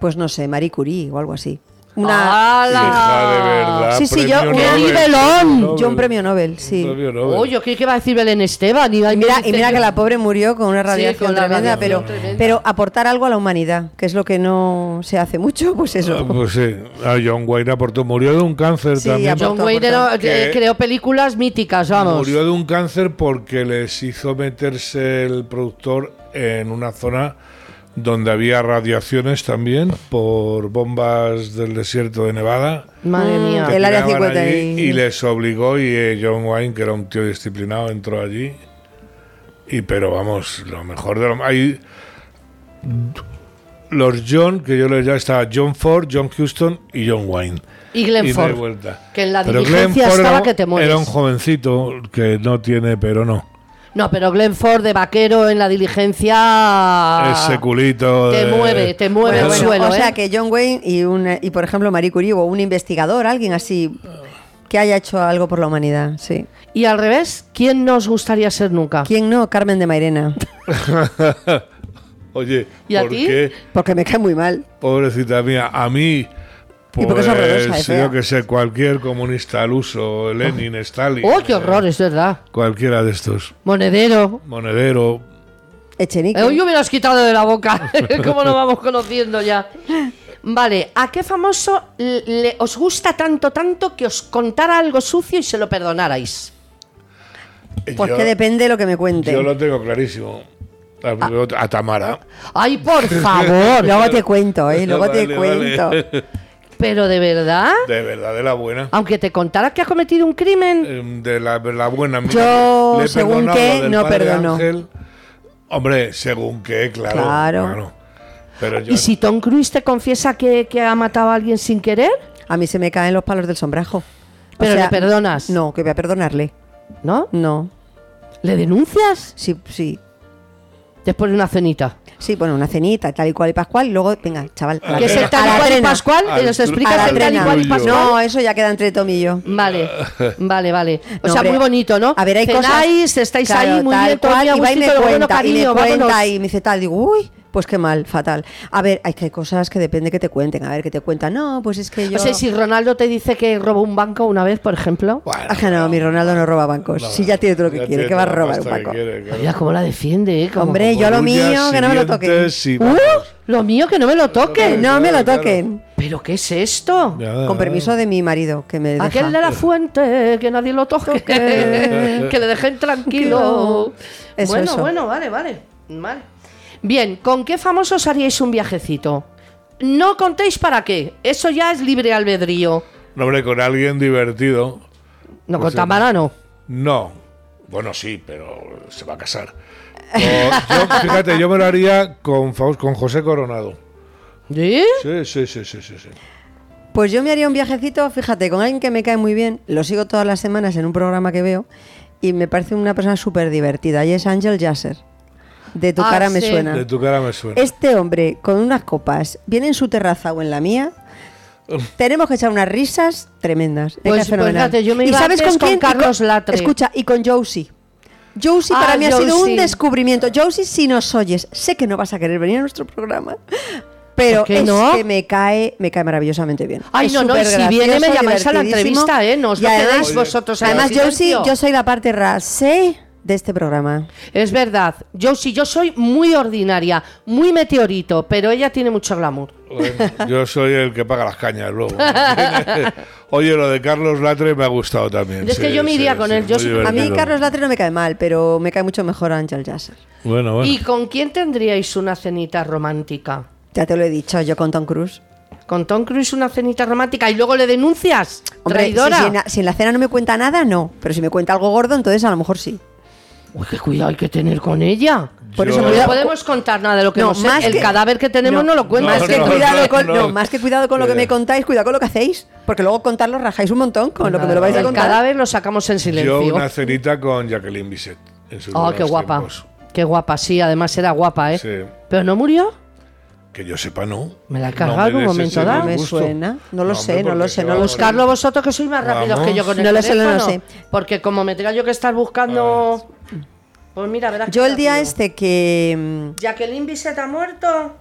[SPEAKER 2] pues no sé, Marie Curie o algo así. Una,
[SPEAKER 3] Ah,
[SPEAKER 1] Hija de
[SPEAKER 3] ¡Hala!
[SPEAKER 1] verdad.
[SPEAKER 2] Sí, sí, yo-
[SPEAKER 1] premio
[SPEAKER 2] ¡Qué
[SPEAKER 1] Nobel,
[SPEAKER 3] nivelón!
[SPEAKER 1] premio Nobel.
[SPEAKER 2] yo un premio Nobel, sí.
[SPEAKER 1] Premio Nobel.
[SPEAKER 3] Oye, ¿qué, ¿qué iba a decir Belén Esteban? Y,
[SPEAKER 2] Y mira, y mira que la pobre murió con una radiación
[SPEAKER 3] con la
[SPEAKER 2] tremenda, pero,
[SPEAKER 3] radiación tremenda.
[SPEAKER 2] pero aportar algo a la humanidad, que es lo que no se hace mucho, pues
[SPEAKER 1] Ah,
[SPEAKER 2] eso.
[SPEAKER 1] Pues sí, a John Wayne aportó. Murió de un cáncer
[SPEAKER 2] Sí,
[SPEAKER 1] también.
[SPEAKER 2] aportó.
[SPEAKER 3] John Wayne era-
[SPEAKER 1] Que-
[SPEAKER 3] eh, creó películas míticas, vamos.
[SPEAKER 1] Murió de un cáncer porque les hizo meterse el productor en una zona donde había radiaciones también por bombas del desierto de Nevada.
[SPEAKER 3] Madre mía.
[SPEAKER 1] Mm. que
[SPEAKER 2] El área
[SPEAKER 1] tiraban
[SPEAKER 2] 50
[SPEAKER 1] allí
[SPEAKER 2] y-
[SPEAKER 1] y les obligó y eh, John Wayne, que era un tío disciplinado, entró allí. Y pero vamos, lo mejor de lo hay los John que yo les ya estaba John Ford, John Houston y John Wayne.
[SPEAKER 3] Y Glenn
[SPEAKER 1] Y no hay
[SPEAKER 3] Ford.
[SPEAKER 1] vuelta.
[SPEAKER 3] Que en la
[SPEAKER 1] Pero
[SPEAKER 3] diligencia
[SPEAKER 1] Glenn Ford
[SPEAKER 3] estaba
[SPEAKER 1] era,
[SPEAKER 3] que te mueres.
[SPEAKER 1] era un jovencito que no tiene, pero no.
[SPEAKER 3] No, pero Glenn Ford de vaquero en la diligencia.
[SPEAKER 1] Ese culito.
[SPEAKER 3] Ah. Te
[SPEAKER 1] de-
[SPEAKER 3] mueve, te mueve
[SPEAKER 1] pues
[SPEAKER 2] Bueno,
[SPEAKER 3] el
[SPEAKER 2] bueno,
[SPEAKER 3] suelo.
[SPEAKER 2] o sea
[SPEAKER 3] ¿eh?
[SPEAKER 2] que John Wayne y, una- y por ejemplo Marie Curie o un investigador, alguien así que haya hecho algo por la humanidad, sí.
[SPEAKER 3] Y al revés, ¿quién nos gustaría ser nunca?
[SPEAKER 2] ¿Quién no? Carmen de Mairena,
[SPEAKER 1] Oye,
[SPEAKER 3] ¿Y a
[SPEAKER 1] ¿por
[SPEAKER 3] ti?
[SPEAKER 1] qué?
[SPEAKER 2] porque me cae muy mal.
[SPEAKER 1] Pobrecita mía, a mí.
[SPEAKER 2] Y
[SPEAKER 1] Pues,
[SPEAKER 2] porque es horrorosa, es
[SPEAKER 1] sí,
[SPEAKER 2] fea.
[SPEAKER 1] yo que sé, cualquier comunista al uso, Lenin,
[SPEAKER 2] Ah.
[SPEAKER 1] Stalin.
[SPEAKER 3] ¡Oh, qué
[SPEAKER 1] eh,
[SPEAKER 3] horror! Es verdad.
[SPEAKER 1] Cualquiera de estos.
[SPEAKER 3] Monedero.
[SPEAKER 1] Monedero.
[SPEAKER 2] Echenique.
[SPEAKER 3] Eh, hoy hubieras quitado de la boca. ¿Cómo nos vamos conociendo ya? Vale, ¿a qué famoso le- le- os gusta tanto, tanto que os contara algo sucio y se lo perdonarais?
[SPEAKER 2] Porque
[SPEAKER 1] eh, yo,
[SPEAKER 2] depende Ah. de lo que me cuente.
[SPEAKER 1] yo lo tengo clarísimo. A, a Tamara.
[SPEAKER 3] ¡Ay, por favor!
[SPEAKER 2] Luego te cuento, ¿eh? Luego te
[SPEAKER 1] Vale,
[SPEAKER 2] cuento. Ah.
[SPEAKER 1] vale.
[SPEAKER 3] Pero de verdad,
[SPEAKER 1] De verdad, de la buena.
[SPEAKER 3] aunque te contara que has cometido un crimen,
[SPEAKER 1] Em, De la, de la buena. mira,
[SPEAKER 2] Yo,
[SPEAKER 1] le he
[SPEAKER 2] según
[SPEAKER 1] perdonado
[SPEAKER 2] qué,
[SPEAKER 1] lo del
[SPEAKER 2] no
[SPEAKER 1] padre
[SPEAKER 2] perdono.
[SPEAKER 1] Ángel. Hombre, según qué, claro.
[SPEAKER 2] Claro.
[SPEAKER 1] Pero yo.
[SPEAKER 3] ¿y si Tom Cruise te confiesa que, que ha matado a alguien sin querer?
[SPEAKER 2] A mí se me caen los palos del sombrajo. O
[SPEAKER 3] Pero le perdonas.
[SPEAKER 2] No, que voy a perdonarle.
[SPEAKER 3] ¿No?
[SPEAKER 2] No.
[SPEAKER 3] ¿Le denuncias?
[SPEAKER 2] Sí, sí.
[SPEAKER 3] Después de una cenita.
[SPEAKER 2] Sí, bueno, una cenita, tal y cual y pascual, y luego, venga, chaval. a la
[SPEAKER 3] ¿Qué es el
[SPEAKER 2] trena, a
[SPEAKER 3] tal
[SPEAKER 2] la
[SPEAKER 3] y cual y
[SPEAKER 2] trena,
[SPEAKER 3] pascual?
[SPEAKER 1] Al
[SPEAKER 3] Y nos
[SPEAKER 1] tru-
[SPEAKER 2] A
[SPEAKER 3] explicas
[SPEAKER 2] la
[SPEAKER 1] al
[SPEAKER 3] el tal y
[SPEAKER 2] trena.
[SPEAKER 3] cual y
[SPEAKER 1] Yuyo.
[SPEAKER 3] pascual.
[SPEAKER 2] No, eso ya queda entre Tom y yo.
[SPEAKER 3] Vale, vale, vale. O
[SPEAKER 2] No,
[SPEAKER 3] sea,
[SPEAKER 2] hombre,
[SPEAKER 3] muy bonito, ¿no?
[SPEAKER 2] A ver, hay
[SPEAKER 3] Cenáis,
[SPEAKER 2] cosas.
[SPEAKER 3] estáis
[SPEAKER 2] Claro,
[SPEAKER 3] ahí muy
[SPEAKER 2] tal
[SPEAKER 3] bien, todo
[SPEAKER 2] cual,
[SPEAKER 3] muy a
[SPEAKER 2] y va y me
[SPEAKER 3] gustito, lo bueno,
[SPEAKER 2] cuenta, y me
[SPEAKER 3] cariño,
[SPEAKER 2] cuenta,
[SPEAKER 3] vámonos.
[SPEAKER 2] y me dice tal, digo, uy, pues qué mal, fatal. A ver, hay que hay cosas que depende que te cuenten, a ver, que te cuentan. No, pues es que yo.
[SPEAKER 3] O sea, si Ronaldo te dice que robó un banco una vez, por ejemplo.
[SPEAKER 1] Bueno,
[SPEAKER 2] Ah, que no, mi Ronaldo no roba bancos.
[SPEAKER 1] no,
[SPEAKER 2] si ya tiene todo lo que
[SPEAKER 1] ya
[SPEAKER 2] quiere,
[SPEAKER 1] tiene
[SPEAKER 2] que va a
[SPEAKER 1] toda la
[SPEAKER 2] robar un
[SPEAKER 1] pasta que
[SPEAKER 2] banco.
[SPEAKER 1] quiere, claro.
[SPEAKER 3] Mira cómo la defiende, ¿eh? Como-
[SPEAKER 2] Hombre, yo a lo mío, que no me lo toque.
[SPEAKER 1] Sí,
[SPEAKER 2] Uh,
[SPEAKER 3] Lo mío que no me lo
[SPEAKER 2] Que
[SPEAKER 3] toquen.
[SPEAKER 2] no me lo
[SPEAKER 1] Claro, claro.
[SPEAKER 2] toquen.
[SPEAKER 3] ¿Pero qué es esto?
[SPEAKER 1] Ya.
[SPEAKER 2] Con permiso de mi marido, que me deja.
[SPEAKER 3] Aquel de la fuente, que nadie lo toque,
[SPEAKER 2] Toque.
[SPEAKER 3] que le dejen tranquilo.
[SPEAKER 2] Eso,
[SPEAKER 3] bueno,
[SPEAKER 2] eso.
[SPEAKER 3] bueno, vale, vale, vale. Bien, ¿con qué famosos haríais un viajecito? No contéis para qué, eso ya es libre albedrío.
[SPEAKER 1] No, hombre, con alguien divertido.
[SPEAKER 3] No,
[SPEAKER 1] Pues
[SPEAKER 3] con
[SPEAKER 1] sí.
[SPEAKER 3] Tamara no.
[SPEAKER 1] No. Bueno, sí, pero se va a casar. O- yo, fíjate, yo me lo haría con, Faust- con José Coronado.
[SPEAKER 3] ¿Eh?
[SPEAKER 1] Sí, sí, sí, sí, sí. sí.
[SPEAKER 2] Pues yo me haría un viajecito, fíjate, con alguien que me cae muy bien, lo sigo todas las semanas en un programa que veo y me parece una persona súper divertida y es Ángel Yasser. De tu
[SPEAKER 3] Ah,
[SPEAKER 2] cara me
[SPEAKER 3] sí.
[SPEAKER 2] suena.
[SPEAKER 1] De tu cara me suena.
[SPEAKER 2] Este hombre con unas copas viene en su terraza o en la mía. Tenemos que echar unas risas tremendas.
[SPEAKER 3] Pues-
[SPEAKER 2] Es que
[SPEAKER 3] pues
[SPEAKER 2] fenomenal.
[SPEAKER 3] fíjate, yo me iba
[SPEAKER 2] ¿Y sabes
[SPEAKER 3] antes
[SPEAKER 2] con
[SPEAKER 3] con
[SPEAKER 2] quién? Y
[SPEAKER 3] Carlos Latre.
[SPEAKER 2] Escucha, y con Josie. Josie para
[SPEAKER 3] Ah,
[SPEAKER 2] mí ha sido un
[SPEAKER 3] Josie.
[SPEAKER 2] descubrimiento. Josie, si nos oyes, sé que no vas a querer venir a nuestro programa, pero
[SPEAKER 3] ¿Por qué
[SPEAKER 2] es
[SPEAKER 3] no?
[SPEAKER 2] que me cae, me cae maravillosamente bien.
[SPEAKER 3] Ay,
[SPEAKER 2] Es
[SPEAKER 3] no, no, y si
[SPEAKER 2] supergracioso,
[SPEAKER 3] viene me llamáis a la
[SPEAKER 2] divertidísimo.
[SPEAKER 3] entrevista, ¿eh? No os
[SPEAKER 2] Y
[SPEAKER 3] lo
[SPEAKER 2] además-
[SPEAKER 3] quedáis vosotros en el
[SPEAKER 2] Además, Josie,
[SPEAKER 3] silencio.
[SPEAKER 2] yo soy la parte rasé de este programa.
[SPEAKER 3] Es verdad, yo sí, yo soy muy ordinaria, muy meteorito, pero ella tiene mucho glamour.
[SPEAKER 1] Bueno, yo soy el que paga las cañas luego. Oye, lo de Carlos Latre me ha gustado también.
[SPEAKER 3] Es que
[SPEAKER 1] sí,
[SPEAKER 3] yo me
[SPEAKER 1] sí,
[SPEAKER 3] iría con él, yo
[SPEAKER 1] muy
[SPEAKER 2] A
[SPEAKER 3] sí-
[SPEAKER 2] mí
[SPEAKER 1] divertido.
[SPEAKER 2] Carlos Latre no me cae mal, pero me cae mucho mejor Ángel Yasser.
[SPEAKER 1] Bueno, bueno.
[SPEAKER 3] ¿Y con quién tendríais una cenita romántica?
[SPEAKER 2] Ya te lo he dicho, yo con Tom Cruise.
[SPEAKER 3] ¿Con Tom Cruise una cenita romántica y luego le denuncias?
[SPEAKER 2] Hombre,
[SPEAKER 3] Traidora.
[SPEAKER 2] Si, si en la, si en la cena no me cuenta nada, no. Pero si me cuenta algo gordo, entonces a lo mejor sí.
[SPEAKER 3] Uy, qué cuidado hay que tener con ella.
[SPEAKER 2] Por eso,
[SPEAKER 1] Yo-
[SPEAKER 3] No
[SPEAKER 2] cuidado.
[SPEAKER 3] podemos contar nada de lo que
[SPEAKER 2] No,
[SPEAKER 3] hemos
[SPEAKER 2] más
[SPEAKER 3] El
[SPEAKER 2] que-
[SPEAKER 3] cadáver que tenemos no, lo cuentas.
[SPEAKER 2] Más que
[SPEAKER 1] no,
[SPEAKER 2] cuidado
[SPEAKER 1] no,
[SPEAKER 2] con,
[SPEAKER 1] no. Eh.
[SPEAKER 2] no, más que cuidado con lo que me contáis, cuidado con lo que hacéis, porque luego contarlo rajáis un montón con lo que me lo vais a
[SPEAKER 3] el
[SPEAKER 2] contar.
[SPEAKER 3] cadáver lo sacamos en
[SPEAKER 1] Yo
[SPEAKER 3] silencio.
[SPEAKER 1] una cenita con Jacqueline Bisset. en sus
[SPEAKER 3] Oh,
[SPEAKER 1] buenos
[SPEAKER 3] qué guapa.
[SPEAKER 1] tiempos.
[SPEAKER 3] Qué guapa, sí, además era guapa, ¿eh?
[SPEAKER 1] Sí.
[SPEAKER 3] Pero no murió.
[SPEAKER 1] Que yo sepa, no.
[SPEAKER 3] Me la he
[SPEAKER 1] No
[SPEAKER 3] cargado en un
[SPEAKER 1] merece
[SPEAKER 3] momento
[SPEAKER 1] ese
[SPEAKER 3] dado.
[SPEAKER 2] No me
[SPEAKER 1] gusto.
[SPEAKER 2] suena. No lo sé,
[SPEAKER 1] hombre,
[SPEAKER 2] no lo
[SPEAKER 1] porque
[SPEAKER 2] sé,
[SPEAKER 1] se
[SPEAKER 2] no
[SPEAKER 1] va
[SPEAKER 2] lo
[SPEAKER 1] a
[SPEAKER 2] sé.
[SPEAKER 1] morir.
[SPEAKER 3] Carlos, vosotros que sois más rápidos
[SPEAKER 1] Vamos.
[SPEAKER 3] que yo con el
[SPEAKER 2] No lo sé, no lo
[SPEAKER 3] teléfono.
[SPEAKER 2] sé.
[SPEAKER 3] Porque como me tenga yo que estar buscando... Pues mira, verás.
[SPEAKER 2] Yo
[SPEAKER 3] qué
[SPEAKER 2] el día
[SPEAKER 3] rápido.
[SPEAKER 2] este que.
[SPEAKER 3] Jacqueline Bisset ha muerto.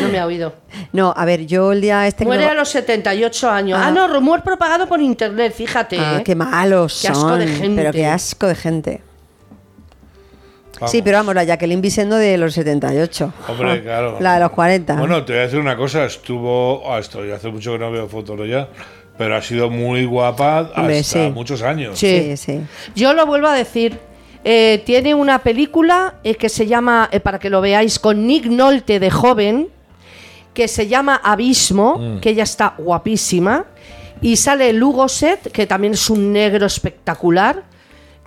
[SPEAKER 3] no me ha oído.
[SPEAKER 2] mm, No, a ver, yo el día este que.
[SPEAKER 3] Muere
[SPEAKER 2] no-
[SPEAKER 3] a los 78 años.
[SPEAKER 2] Ah.
[SPEAKER 3] Ah, no, rumor propagado por internet, fíjate.
[SPEAKER 2] Ah,
[SPEAKER 3] ¿eh?
[SPEAKER 2] qué malos
[SPEAKER 3] Qué asco de
[SPEAKER 2] son,
[SPEAKER 3] gente.
[SPEAKER 2] Pero qué asco de gente.
[SPEAKER 1] Vamos.
[SPEAKER 2] Sí, pero vamos, la Jacqueline Vicendo de los 78.
[SPEAKER 1] Hombre, claro.
[SPEAKER 2] Ah, La de los 40.
[SPEAKER 1] Bueno, te voy a decir una cosa. Estuvo. ah, esto ya hace mucho que no veo fotos de ella. Pero ha sido muy guapa hasta
[SPEAKER 2] Hombre, sí.
[SPEAKER 1] muchos años.
[SPEAKER 2] sí, sí.
[SPEAKER 3] Yo lo vuelvo a decir. Eh, tiene una película eh, que se llama, eh, para que lo veáis, con Nick Nolte de joven, que se llama Abismo,
[SPEAKER 1] Mm.
[SPEAKER 3] que ella está guapísima. Y sale Lugoset, que también es un negro espectacular.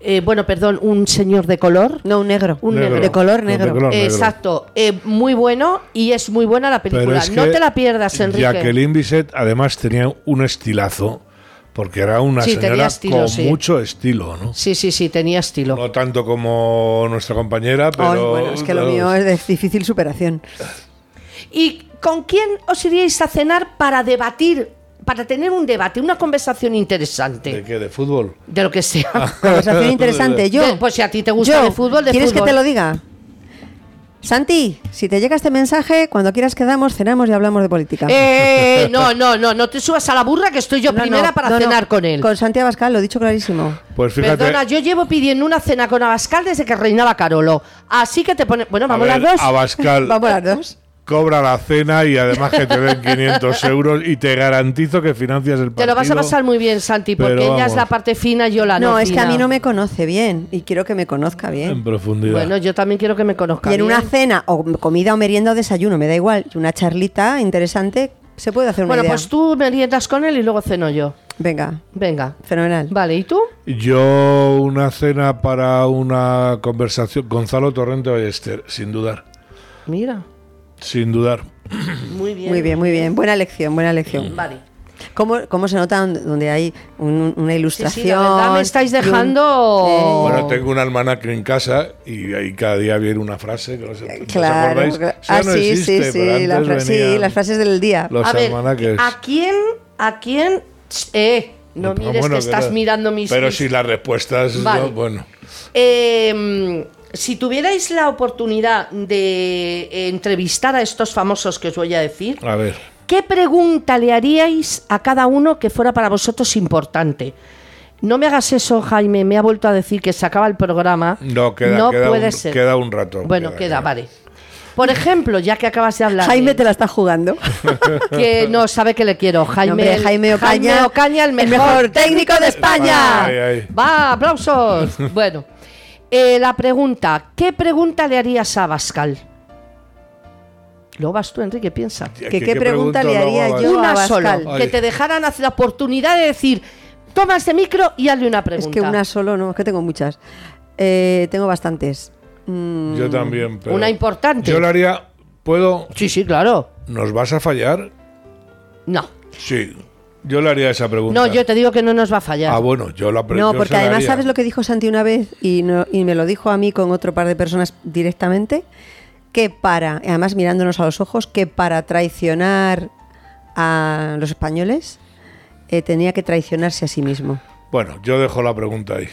[SPEAKER 3] Eh, bueno, perdón, un señor de color.
[SPEAKER 2] No, un negro.
[SPEAKER 3] Un
[SPEAKER 1] Negro.
[SPEAKER 2] De color negro.
[SPEAKER 1] De color negro.
[SPEAKER 3] Exacto, eh, muy bueno y es muy buena la película.
[SPEAKER 1] es
[SPEAKER 3] no
[SPEAKER 1] que
[SPEAKER 3] te la pierdas, Enrique.
[SPEAKER 1] Jacqueline Bisset además tenía un estilazo. Porque era una
[SPEAKER 3] Sí, tenía
[SPEAKER 1] señora
[SPEAKER 3] estilo,
[SPEAKER 1] con
[SPEAKER 3] sí.
[SPEAKER 1] mucho estilo, ¿no?
[SPEAKER 3] Sí, sí, sí, tenía estilo.
[SPEAKER 1] No tanto como nuestra compañera, pero.
[SPEAKER 2] Ay, bueno, es que lo mío es de difícil superación.
[SPEAKER 3] ¿Y con quién os iríais a cenar para debatir, para tener un debate, una conversación
[SPEAKER 1] ¿De
[SPEAKER 3] interesante?
[SPEAKER 1] qué? Ah. ¿De fútbol?
[SPEAKER 3] De, lo que sea.
[SPEAKER 2] Conversación interesante. Yo.
[SPEAKER 3] De- pues si a ti te gusta
[SPEAKER 2] yo,
[SPEAKER 3] el fútbol, de
[SPEAKER 2] ¿Quieres
[SPEAKER 3] fútbol.
[SPEAKER 2] que te lo diga? Santi, si te llega este mensaje, cuando quieras quedamos, cenamos y hablamos de política.
[SPEAKER 3] Eh, no, no, no, no te subas a la burra que estoy yo
[SPEAKER 2] No, no,
[SPEAKER 3] primera para
[SPEAKER 2] no, no.
[SPEAKER 3] cenar con él.
[SPEAKER 2] Con Santi Abascal, lo he dicho clarísimo.
[SPEAKER 1] Pues fíjate.
[SPEAKER 3] Perdona, yo llevo pidiendo una cena con Abascal desde que reinaba Carolo. Así que te pone. Bueno,
[SPEAKER 1] a
[SPEAKER 3] vamos
[SPEAKER 1] ver,
[SPEAKER 3] las dos.
[SPEAKER 1] Abascal.
[SPEAKER 2] Vamos las dos.
[SPEAKER 1] Cobra la cena y además que te den 500 euros y te garantizo que financias el partido.
[SPEAKER 3] Te lo vas a pasar muy bien, Santi, porque
[SPEAKER 1] Pero
[SPEAKER 3] ella es
[SPEAKER 1] vamos.
[SPEAKER 3] la parte fina y yo la no.
[SPEAKER 2] No, es que a
[SPEAKER 3] fina.
[SPEAKER 2] mí no me conoce bien y quiero que me conozca
[SPEAKER 1] En
[SPEAKER 2] bien.
[SPEAKER 1] profundidad.
[SPEAKER 3] Bueno, yo también quiero que me conozcan.
[SPEAKER 2] Y en
[SPEAKER 3] bien.
[SPEAKER 2] una cena, o comida o merienda o desayuno, me da igual, y una charlita interesante, se puede hacer una
[SPEAKER 3] Bueno,
[SPEAKER 2] idea.
[SPEAKER 3] pues tú meriendas con él y luego ceno yo.
[SPEAKER 2] Venga,
[SPEAKER 3] Venga.
[SPEAKER 2] fenomenal.
[SPEAKER 3] Vale, ¿y tú?
[SPEAKER 1] Yo una cena para una conversación. Gonzalo Torrente Ballester, sin dudar.
[SPEAKER 3] Mira.
[SPEAKER 1] Sin dudar.
[SPEAKER 3] Muy bien.
[SPEAKER 2] Muy bien, muy bien. Buena lección, buena lección.
[SPEAKER 3] Vale.
[SPEAKER 2] ¿Cómo, cómo se nota donde- donde hay un- una ilustración?
[SPEAKER 3] verdad, me estáis
[SPEAKER 2] y un-
[SPEAKER 3] dejando-
[SPEAKER 2] Eh,
[SPEAKER 1] Bueno, tengo un almanaque en casa y ahí cada día viene una frase que no sé. ¿os
[SPEAKER 2] Eh, claro.
[SPEAKER 1] acordáis?
[SPEAKER 2] claro.
[SPEAKER 1] Eso
[SPEAKER 2] Ah,
[SPEAKER 1] no
[SPEAKER 2] sí,
[SPEAKER 1] existe,
[SPEAKER 2] sí,
[SPEAKER 1] pero
[SPEAKER 2] sí, la
[SPEAKER 1] antes
[SPEAKER 2] fra- sí,
[SPEAKER 1] venían
[SPEAKER 2] las frases del día.
[SPEAKER 1] Los
[SPEAKER 3] a ver,
[SPEAKER 1] almanaques.
[SPEAKER 3] ¿a quién? ¿A quién? Ch, Eh, no
[SPEAKER 1] Ah,
[SPEAKER 3] mires
[SPEAKER 1] bueno,
[SPEAKER 3] que estás
[SPEAKER 1] no.
[SPEAKER 3] mirando mis...
[SPEAKER 1] Pero
[SPEAKER 3] mis-
[SPEAKER 1] si las respuestas. ¿no?
[SPEAKER 3] Vale.
[SPEAKER 1] Bueno.
[SPEAKER 3] Eh, mm, si tuvierais la oportunidad de eh, entrevistar a estos famosos que os voy a decir,
[SPEAKER 1] A ver.
[SPEAKER 3] ¿Qué pregunta le haríais a cada uno que fuera para vosotros importante? No me hagas eso, Jaime. Me ha vuelto a decir que se acaba el programa.
[SPEAKER 1] No, queda,
[SPEAKER 3] No
[SPEAKER 1] queda,
[SPEAKER 3] puede
[SPEAKER 1] un,
[SPEAKER 3] ser.
[SPEAKER 1] queda un rato.
[SPEAKER 3] Bueno, queda, vale. Por ejemplo, ya que acabas de hablar. de-
[SPEAKER 2] Jaime te la está jugando.
[SPEAKER 3] que no sabe que le quiero. Jaime,
[SPEAKER 2] No, hombre, Jaime Ocaña,
[SPEAKER 3] Ocaña, el
[SPEAKER 2] el
[SPEAKER 3] mejor,
[SPEAKER 2] mejor
[SPEAKER 3] técnico de España.
[SPEAKER 1] Ay, ay.
[SPEAKER 3] Va, aplausos. bueno, eh, la pregunta, ¿qué pregunta le harías a Bascal? Lo vas tú, Enrique, piensa.
[SPEAKER 1] ¿Qué-
[SPEAKER 2] ¿Qué,
[SPEAKER 1] qué
[SPEAKER 2] qué pregunta
[SPEAKER 1] pregunta
[SPEAKER 2] le
[SPEAKER 1] luego
[SPEAKER 2] haría
[SPEAKER 1] vas?
[SPEAKER 2] yo a
[SPEAKER 3] Una sola,
[SPEAKER 2] Abascal?
[SPEAKER 1] Ay.
[SPEAKER 3] que te dejaran hacer la oportunidad de decir, toma este micro y hazle una
[SPEAKER 2] Es
[SPEAKER 3] pregunta.
[SPEAKER 2] que una solo, no, es que tengo muchas. Eh, tengo bastantes. Mm,
[SPEAKER 1] Yo también, pero-
[SPEAKER 3] Una importante.
[SPEAKER 1] Yo lo haría. ¿Puedo?
[SPEAKER 3] Sí, sí, claro.
[SPEAKER 1] ¿Nos vas a fallar?
[SPEAKER 3] No,
[SPEAKER 1] Sí. Yo le haría esa pregunta.
[SPEAKER 3] no, yo te digo que no nos va a fallar.
[SPEAKER 1] Ah, bueno, yo la pregunta.
[SPEAKER 2] no, porque además, ¿sabes lo que dijo Santi una vez? Y, no- y me lo dijo a mí con otro par de personas directamente. Que para, además mirándonos a los ojos, que para traicionar a los españoles eh, tenía que traicionarse a sí mismo.
[SPEAKER 1] Bueno, yo dejo la pregunta ahí.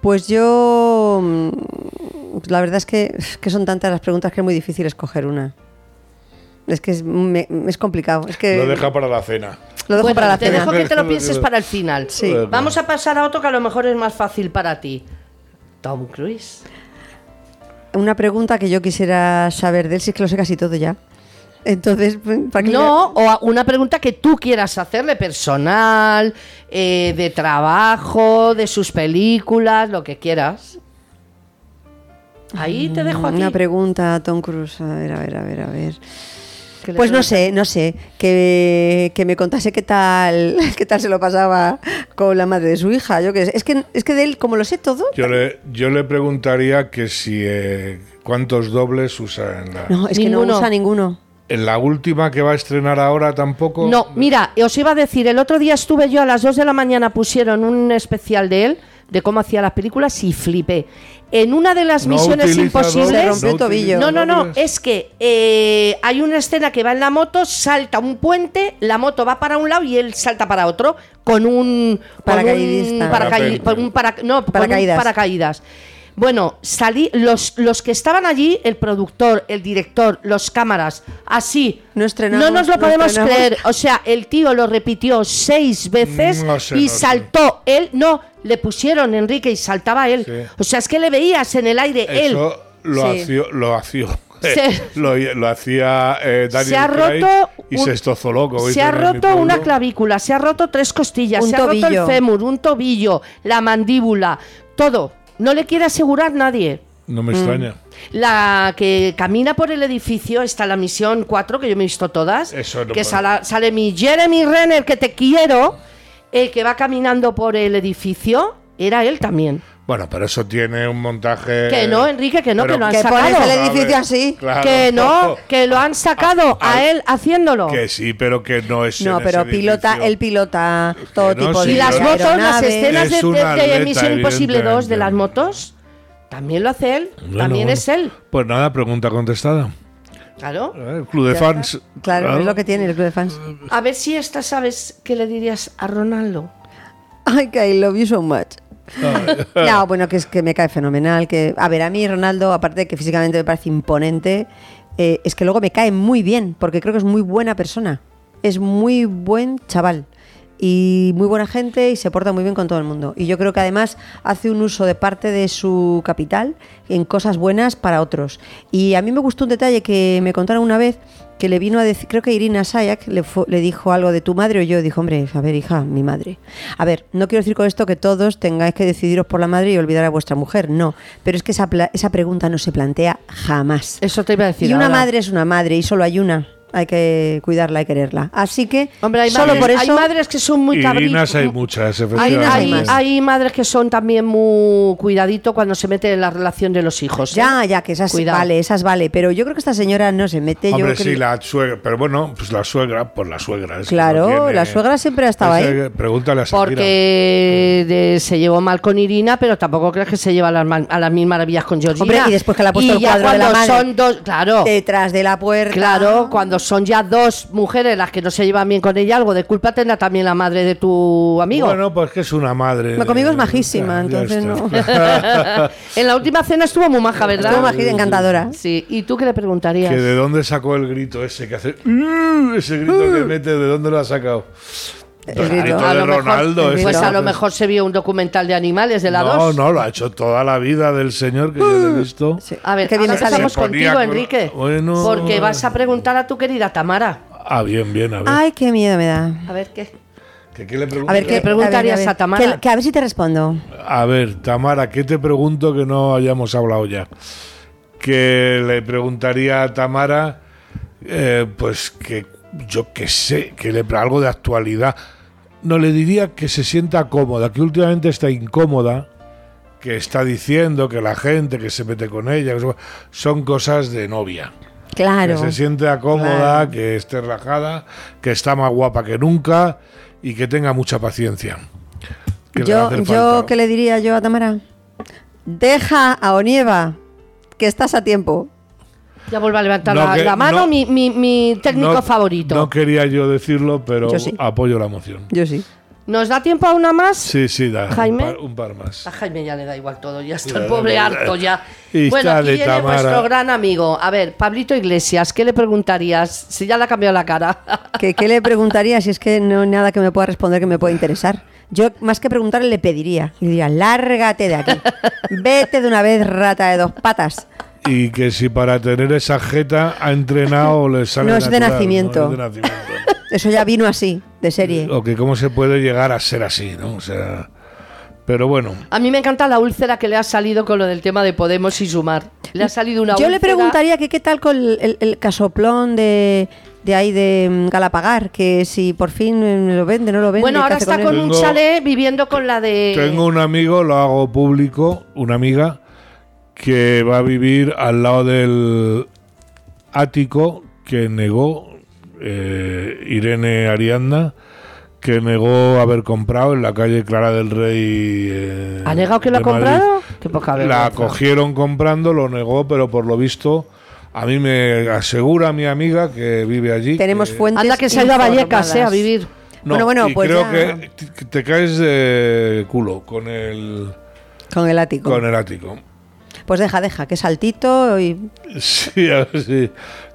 [SPEAKER 2] Pues yo. mm, La verdad es que, que son tantas las preguntas que es muy difícil escoger una. Es que es, me- es complicado. Es que
[SPEAKER 1] Lo deja para la cena.
[SPEAKER 2] lo dejo
[SPEAKER 3] Bueno,
[SPEAKER 2] para la
[SPEAKER 3] te
[SPEAKER 2] cena.
[SPEAKER 3] dejo que te lo pienses para el final.
[SPEAKER 2] Sí.
[SPEAKER 3] Vamos a pasar a otro que a lo mejor es más fácil para ti. Tom Cruise.
[SPEAKER 2] Una pregunta que yo quisiera saber de él, si es que lo sé casi todo ya. Entonces, pues, ¿para qué
[SPEAKER 3] No, o a- una pregunta que tú quieras hacerle personal, eh, de trabajo, de sus películas, lo que quieras. Ahí te
[SPEAKER 2] le-
[SPEAKER 3] dejo aquí.
[SPEAKER 2] Mm, Una pregunta a Tom Cruise. A ver, a ver, a ver, a ver.
[SPEAKER 3] Que le
[SPEAKER 2] Pues no
[SPEAKER 3] preguntas.
[SPEAKER 2] sé, no sé. Que, que me contase qué tal, qué tal se lo pasaba con la madre de su hija. Yo qué sé. Es que, es que de él, como lo sé todo.
[SPEAKER 1] Yo le, yo le preguntaría que si eh, cuántos dobles usa en la,
[SPEAKER 2] No, es que
[SPEAKER 3] Ninguno.
[SPEAKER 2] no usa ninguno.
[SPEAKER 1] en la última que va a estrenar ahora tampoco.
[SPEAKER 3] No, mira, os iba a decir, el otro día estuve yo a las 2 de la mañana, pusieron un especial de él, de cómo hacía las películas, y flipé. En una de las
[SPEAKER 1] No
[SPEAKER 3] misiones
[SPEAKER 1] utiliza dobles,
[SPEAKER 3] imposibles.
[SPEAKER 2] Se rompió el
[SPEAKER 1] utiliza
[SPEAKER 2] tobillo.
[SPEAKER 3] No, no, no,
[SPEAKER 1] dobles.
[SPEAKER 3] es que eh, hay una escena que va en la moto, salta un puente, la moto va para un lado y él salta para otro con un con un
[SPEAKER 2] Paracaidista.
[SPEAKER 3] paracaidi-
[SPEAKER 1] Parapente.
[SPEAKER 3] con un para- no, con un
[SPEAKER 2] Paracaídas.
[SPEAKER 3] paracaídas. Bueno, salí los, los que estaban allí, el productor, el director, los cámaras, así.
[SPEAKER 2] No estrenamos,
[SPEAKER 3] No nos lo
[SPEAKER 2] no
[SPEAKER 3] podemos
[SPEAKER 2] estrenamos.
[SPEAKER 3] creer. O sea, el tío lo repitió seis veces
[SPEAKER 1] No sé,
[SPEAKER 3] y
[SPEAKER 1] no sé.
[SPEAKER 3] saltó él. No, le pusieron Enrique y saltaba él.
[SPEAKER 1] Sí.
[SPEAKER 3] O sea, es que le veías en el aire él.
[SPEAKER 1] Eso lo
[SPEAKER 2] Sí.
[SPEAKER 1] hacía. Lo hacía.
[SPEAKER 3] Se-
[SPEAKER 1] lo, lo hacía eh, Daniel
[SPEAKER 3] Se ha
[SPEAKER 1] Craig
[SPEAKER 3] roto
[SPEAKER 1] y
[SPEAKER 3] un-
[SPEAKER 1] se estozó loco.
[SPEAKER 3] Se
[SPEAKER 1] dicen
[SPEAKER 3] ha
[SPEAKER 1] en mi
[SPEAKER 3] roto
[SPEAKER 1] pueblo.
[SPEAKER 3] una clavícula, se ha roto tres costillas,
[SPEAKER 2] Un
[SPEAKER 3] se ha roto
[SPEAKER 2] tobillo.
[SPEAKER 3] el fémur, un tobillo, la mandíbula, todo. No le quiere asegurar nadie.
[SPEAKER 1] No me extraña.
[SPEAKER 3] Mm. La que camina por el edificio está la misión 4, que yo me he visto todas.
[SPEAKER 1] Eso no
[SPEAKER 3] que
[SPEAKER 1] puedo.
[SPEAKER 3] sala- sale mi Jeremy Renner, que te quiero, el que va caminando por el edificio. Era él también.
[SPEAKER 1] Bueno, pero eso tiene un montaje.
[SPEAKER 3] Que no, Enrique, que no, que lo han
[SPEAKER 2] Que
[SPEAKER 3] sacado.
[SPEAKER 2] pones el
[SPEAKER 1] Vamos a
[SPEAKER 2] edificio
[SPEAKER 1] ver,
[SPEAKER 2] así.
[SPEAKER 1] claro.
[SPEAKER 3] Que no, que lo han sacado
[SPEAKER 1] Ah,
[SPEAKER 3] a
[SPEAKER 1] ah,
[SPEAKER 3] él haciéndolo.
[SPEAKER 1] Que sí, pero que no es.
[SPEAKER 2] No,
[SPEAKER 1] en
[SPEAKER 2] pero
[SPEAKER 1] ese
[SPEAKER 2] pilota,
[SPEAKER 1] edificio.
[SPEAKER 2] él pilota todo
[SPEAKER 1] Que no,
[SPEAKER 2] tipo
[SPEAKER 1] sí,
[SPEAKER 2] de
[SPEAKER 3] Y las
[SPEAKER 1] yo-
[SPEAKER 3] motos, las
[SPEAKER 2] aeronaves.
[SPEAKER 3] escenas de,
[SPEAKER 1] Es un
[SPEAKER 3] de- de
[SPEAKER 1] atleta,
[SPEAKER 3] Misión Imposible 2 de las
[SPEAKER 1] evidentemente.
[SPEAKER 3] motos, también lo hace él,
[SPEAKER 1] Bueno,
[SPEAKER 3] también
[SPEAKER 1] bueno.
[SPEAKER 3] es él,
[SPEAKER 1] Pues nada, pregunta contestada.
[SPEAKER 3] claro.
[SPEAKER 1] Eh, El club de fans.
[SPEAKER 2] Claro, es lo que tiene el club de fans.
[SPEAKER 3] A ver si esta sabes qué le dirías a Ronaldo.
[SPEAKER 2] Ay, que I love you so much. No, bueno, que es que me cae fenomenal. Que, a ver, a mí Ronaldo, aparte de que físicamente me parece imponente, eh, es que luego me cae muy bien, porque creo que es muy buena persona. Es muy buen chaval. Y muy buena gente y se porta muy bien con todo el mundo. Y yo creo que además hace un uso de parte de su capital en cosas buenas para otros. Y a mí me gustó un detalle que me contaron una vez que le vino a decir, creo que Irina Sayak le, fu- le dijo algo de tu madre o yo, dijo, hombre, a ver, hija, mi madre. A ver, no quiero decir con esto que todos tengáis que decidiros por la madre y olvidar a vuestra mujer, no, pero es que esa, pla- esa pregunta no se plantea jamás.
[SPEAKER 3] Eso te iba a decir.
[SPEAKER 2] y una
[SPEAKER 3] ahora.
[SPEAKER 2] madre es una madre y solo hay una, hay que cuidarla y quererla. Así que,
[SPEAKER 3] Hombre, hay,
[SPEAKER 2] solo
[SPEAKER 3] madres,
[SPEAKER 2] por
[SPEAKER 3] hay
[SPEAKER 2] eso,
[SPEAKER 3] madres que son muy
[SPEAKER 1] Irinas
[SPEAKER 3] cabritas.
[SPEAKER 1] hay muchas,
[SPEAKER 3] Hay,
[SPEAKER 1] efectivamente.
[SPEAKER 2] Irinas
[SPEAKER 3] hay-
[SPEAKER 2] más.
[SPEAKER 3] hay madres que son también muy cuidadito cuando se mete en la relación de los hijos. ¿eh?
[SPEAKER 2] ya, ya, que esas
[SPEAKER 3] Cuidado.
[SPEAKER 2] vale, esas vale, pero yo creo que esta señora no se mete,
[SPEAKER 1] Hombre,
[SPEAKER 2] yo creo
[SPEAKER 1] sí,
[SPEAKER 2] que-
[SPEAKER 1] la suegra. Pero bueno, pues la suegra, pues la suegra. es que
[SPEAKER 2] Claro,
[SPEAKER 1] no tiene-
[SPEAKER 2] la suegra siempre ha estado
[SPEAKER 1] Esa-
[SPEAKER 2] ahí.
[SPEAKER 1] Pregúntale a Shakira.
[SPEAKER 3] Porque de- se llevó mal con Irina, pero tampoco crees que se lleva a las, mal- a las mil maravillas con Georgina.
[SPEAKER 2] Hombre, y después que le ha puesto
[SPEAKER 3] Y
[SPEAKER 2] el
[SPEAKER 3] ya
[SPEAKER 2] cuadro de la
[SPEAKER 3] cuando
[SPEAKER 2] madre.
[SPEAKER 3] son dos, claro.
[SPEAKER 2] detrás de la puerta.
[SPEAKER 3] Claro, cuando son ya dos mujeres las que no se llevan bien con ella, algo de culpa tendrá también la madre de tu amigo.
[SPEAKER 1] Bueno, pues que es una madre.
[SPEAKER 2] No, conmigo es majísima,
[SPEAKER 1] Ya, ya
[SPEAKER 2] entonces
[SPEAKER 1] está.
[SPEAKER 3] en la última cena estuvo muy maja, ¿verdad?
[SPEAKER 2] Estuvo majita, encantadora.
[SPEAKER 3] Sí, ¿y tú qué le preguntarías?
[SPEAKER 1] Que de dónde sacó el grito ese que hace. "Uh", Ese grito que mete, ¿de dónde lo ha sacado? El
[SPEAKER 2] Uh. grito.
[SPEAKER 1] grito
[SPEAKER 2] A
[SPEAKER 1] de
[SPEAKER 3] lo mejor-
[SPEAKER 1] Ronaldo.
[SPEAKER 2] el
[SPEAKER 1] este
[SPEAKER 3] Pues
[SPEAKER 2] grito.
[SPEAKER 3] a lo
[SPEAKER 1] hace-
[SPEAKER 3] mejor se vio un documental de animales de la
[SPEAKER 1] no,
[SPEAKER 3] 2.
[SPEAKER 1] no, lo ha hecho toda la vida del señor que yo le he visto.
[SPEAKER 2] Uh. Sí.
[SPEAKER 3] A ver,
[SPEAKER 2] Qué bien
[SPEAKER 3] ahora
[SPEAKER 2] me sale.
[SPEAKER 3] estamos
[SPEAKER 1] Se ponía
[SPEAKER 3] contigo,
[SPEAKER 1] con-
[SPEAKER 3] Enrique.
[SPEAKER 1] Bueno.
[SPEAKER 3] Porque vas a preguntar a tu querida Tamara.
[SPEAKER 1] Ah, bien, bien, a ver.
[SPEAKER 2] Ay, qué miedo me da.
[SPEAKER 3] A ver qué.
[SPEAKER 1] ¿Que qué le pregunto?
[SPEAKER 2] A ver,
[SPEAKER 3] Le
[SPEAKER 2] ¿qué
[SPEAKER 3] preguntarías
[SPEAKER 2] ver, ver.
[SPEAKER 3] a Tamara.
[SPEAKER 2] Que, que a ver si te respondo.
[SPEAKER 1] A ver, Tamara, ¿qué te pregunto que no hayamos hablado ya? Que le preguntaría a Tamara, eh, pues que yo qué sé, que le algo de actualidad. No le diría que se sienta cómoda, que últimamente está incómoda, que está diciendo que la gente que se mete con ella, que son- son cosas de novia.
[SPEAKER 2] Claro.
[SPEAKER 1] Que se siente cómoda,
[SPEAKER 2] Claro.
[SPEAKER 1] que esté rajada, que está más guapa que nunca y que tenga mucha paciencia. que le va a
[SPEAKER 2] Yo,
[SPEAKER 1] hacer
[SPEAKER 2] yo
[SPEAKER 1] falta.
[SPEAKER 2] ¿qué le diría yo a Tamara? Deja a Onieva, que estás a tiempo.
[SPEAKER 3] Ya vuelvo a levantar
[SPEAKER 1] No,
[SPEAKER 3] la,
[SPEAKER 1] que-
[SPEAKER 3] la mano,
[SPEAKER 1] no.
[SPEAKER 3] mi, mi- mi técnico
[SPEAKER 1] No-
[SPEAKER 3] favorito.
[SPEAKER 1] No quería yo decirlo, pero
[SPEAKER 2] Yo sí.
[SPEAKER 1] apoyo la moción.
[SPEAKER 2] Yo sí.
[SPEAKER 3] ¿Nos da tiempo a una más?
[SPEAKER 1] Sí, sí, da.
[SPEAKER 3] ¿Jaime?
[SPEAKER 1] Un, par, un par más.
[SPEAKER 3] A Jaime ya le da igual todo, ya está el
[SPEAKER 1] Ya,
[SPEAKER 3] pobre
[SPEAKER 1] ya,
[SPEAKER 3] harto ya.
[SPEAKER 1] Y
[SPEAKER 3] bueno,
[SPEAKER 1] está
[SPEAKER 3] aquí
[SPEAKER 1] de
[SPEAKER 3] viene
[SPEAKER 1] Tamara.
[SPEAKER 3] nuestro gran amigo. A ver, Pablito Iglesias, ¿qué le preguntarías? Si ya le ha cambiado la cara.
[SPEAKER 2] ¿Qué, qué le preguntaría si es que no hay nada que me pueda responder que me pueda interesar? Yo, más que preguntarle, le pediría. Le diría, lárgate de aquí. Vete de una vez, rata de dos patas.
[SPEAKER 1] Y que si para tener esa jeta ha entrenado o le sale
[SPEAKER 2] No es de
[SPEAKER 1] natural,
[SPEAKER 2] nacimiento.
[SPEAKER 1] no es de nacimiento.
[SPEAKER 2] Eso ya vino así, de serie.
[SPEAKER 1] o que cómo se puede llegar a ser así, ¿no? O sea, pero bueno,
[SPEAKER 3] A mí me encanta la úlcera que le ha salido con lo del tema de Podemos y Sumar. Le ha salido una
[SPEAKER 2] Yo le
[SPEAKER 3] úlcera-
[SPEAKER 2] preguntaría que qué tal con el, el- el casoplón de, de ahí de mm, Galapagar, que si por fin eh, lo vende, no lo vende.
[SPEAKER 3] Bueno,
[SPEAKER 2] ¿qué
[SPEAKER 3] ahora
[SPEAKER 2] hace
[SPEAKER 3] está con,
[SPEAKER 2] él?
[SPEAKER 3] un
[SPEAKER 1] Tengo-
[SPEAKER 3] chalet viviendo con la de...
[SPEAKER 1] tengo un amigo, lo hago público, una amiga que va a vivir al lado del ático que negó eh, Irene Arianda, que negó haber comprado en la calle Clara del Rey. eh,
[SPEAKER 3] ¿Ha negado que lo
[SPEAKER 1] de
[SPEAKER 3] ha comprado?
[SPEAKER 1] Madrid.
[SPEAKER 3] Qué poca
[SPEAKER 1] La
[SPEAKER 3] vergüenza.
[SPEAKER 1] cogieron comprando, lo negó, pero por lo visto, a mí me asegura mi amiga que vive allí.
[SPEAKER 2] Tenemos
[SPEAKER 1] que-
[SPEAKER 2] fuentes.
[SPEAKER 3] Anda que se ha ido a Vallecas,
[SPEAKER 2] informadas.
[SPEAKER 3] eh, a vivir.
[SPEAKER 1] No,
[SPEAKER 2] bueno, bueno,
[SPEAKER 1] y
[SPEAKER 2] pues
[SPEAKER 1] creo
[SPEAKER 2] ya-
[SPEAKER 1] que t- que te caes de culo con el,
[SPEAKER 2] Con el ático.
[SPEAKER 1] con el ático.
[SPEAKER 2] Pues deja, deja, que saltito y.
[SPEAKER 1] Sí, a ver si-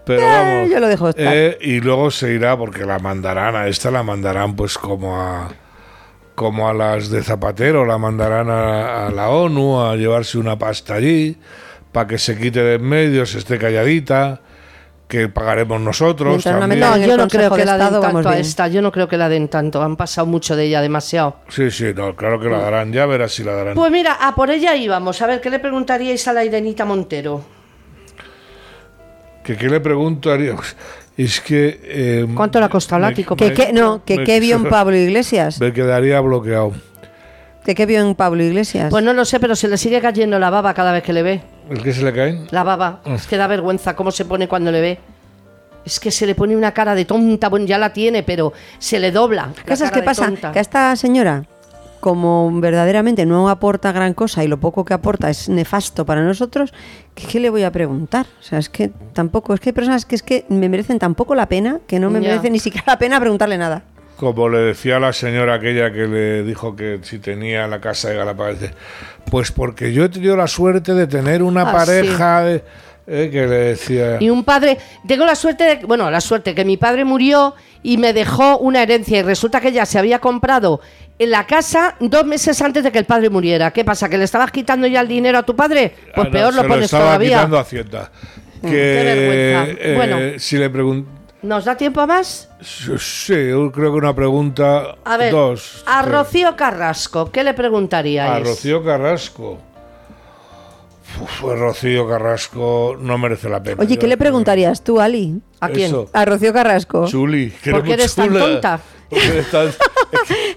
[SPEAKER 1] Pero
[SPEAKER 2] Eh,
[SPEAKER 1] vamos.
[SPEAKER 2] yo lo dejo estar.
[SPEAKER 1] Eh, y luego se irá porque la mandarán, a esta la mandarán pues como a como a las de Zapatero, la mandarán a, a la ONU a llevarse una pasta allí para que se quite de en medio, se esté calladita, que pagaremos nosotros.
[SPEAKER 2] Mientras no
[SPEAKER 1] también.
[SPEAKER 2] metan
[SPEAKER 3] No,
[SPEAKER 2] En el
[SPEAKER 3] yo no
[SPEAKER 2] Consejo
[SPEAKER 3] creo que
[SPEAKER 2] de
[SPEAKER 3] la den
[SPEAKER 2] Estado vamos
[SPEAKER 3] tanto a
[SPEAKER 2] bien.
[SPEAKER 3] esta. Yo no creo que la den tanto. Han pasado mucho de ella, demasiado.
[SPEAKER 1] Sí, sí, no, claro
[SPEAKER 2] Mm.
[SPEAKER 1] que la darán, ya verás si la darán.
[SPEAKER 3] Pues mira, a por ella íbamos. A ver, ¿qué le preguntaríais a la Irenita Montero?
[SPEAKER 1] ¿Que ¿Qué le pregunto a Dios? Es que... eh,
[SPEAKER 3] ¿Cuánto le ha costado el
[SPEAKER 1] me-
[SPEAKER 3] ático?
[SPEAKER 2] Que,
[SPEAKER 1] me-
[SPEAKER 2] que- no, que
[SPEAKER 1] me-
[SPEAKER 2] qué vio en Pablo Iglesias.
[SPEAKER 1] Me quedaría bloqueado.
[SPEAKER 2] Que qué vio en Pablo Iglesias.
[SPEAKER 3] Pues no lo sé, pero se le sigue cayendo la baba cada vez que le ve.
[SPEAKER 1] ¿El que se le caen?
[SPEAKER 3] La baba.
[SPEAKER 1] Ah.
[SPEAKER 3] Es que da vergüenza cómo se pone cuando le ve. Es que se le pone una cara de tonta. Bueno, ya la tiene, pero se le dobla. la
[SPEAKER 2] ¿Qué sabes
[SPEAKER 3] cara
[SPEAKER 2] qué
[SPEAKER 3] de
[SPEAKER 2] pasa?
[SPEAKER 3] tonta.
[SPEAKER 2] Que a esta señora, como verdaderamente no aporta gran cosa y lo poco que aporta es nefasto para nosotros, ¿qué, qué le voy a preguntar? O sea, es que tampoco, es que hay personas que es que me merecen tampoco la pena, que no me
[SPEAKER 3] Ya.
[SPEAKER 2] merece ni siquiera la pena preguntarle nada.
[SPEAKER 1] Como le decía la señora aquella que le dijo que si tenía la casa de Galapagos, dice, pues porque yo he tenido la suerte de tener una
[SPEAKER 3] Ah,
[SPEAKER 1] pareja de- eh, que le decía...
[SPEAKER 3] Y un padre, tengo la suerte, de, bueno, la suerte que mi padre murió y me dejó una herencia y resulta que ella se había comprado en la casa dos meses antes de que el padre muriera. ¿Qué pasa? ¿Que le estabas quitando ya el dinero a tu padre?
[SPEAKER 1] Ah,
[SPEAKER 3] Pues
[SPEAKER 1] no,
[SPEAKER 3] peor
[SPEAKER 1] se
[SPEAKER 3] lo pones
[SPEAKER 1] estaba
[SPEAKER 3] todavía. Mm,
[SPEAKER 1] quitando Hacienda. Que,
[SPEAKER 3] vergüenza.
[SPEAKER 1] eh,
[SPEAKER 3] Bueno.
[SPEAKER 1] Si le pregunto...
[SPEAKER 3] ¿Nos da tiempo a más?
[SPEAKER 1] Sí, yo creo que una pregunta...
[SPEAKER 3] A ver,
[SPEAKER 1] dos.
[SPEAKER 3] a
[SPEAKER 1] tres.
[SPEAKER 3] Rocío Carrasco, ¿qué le
[SPEAKER 1] A
[SPEAKER 3] preguntaríais?
[SPEAKER 1] Rocío Carrasco. Uf, pues Rocío Carrasco no merece la pena. Yo
[SPEAKER 2] Oye, ¿qué le
[SPEAKER 1] creo que-
[SPEAKER 2] preguntarías tú, Ali?
[SPEAKER 3] ¿A quién?
[SPEAKER 1] Eso.
[SPEAKER 2] A Rocío Carrasco.
[SPEAKER 1] Chuli, que eres
[SPEAKER 3] qué
[SPEAKER 1] muy
[SPEAKER 3] eres tan
[SPEAKER 1] chula.
[SPEAKER 3] tonta?
[SPEAKER 1] ¿Por qué eres tan-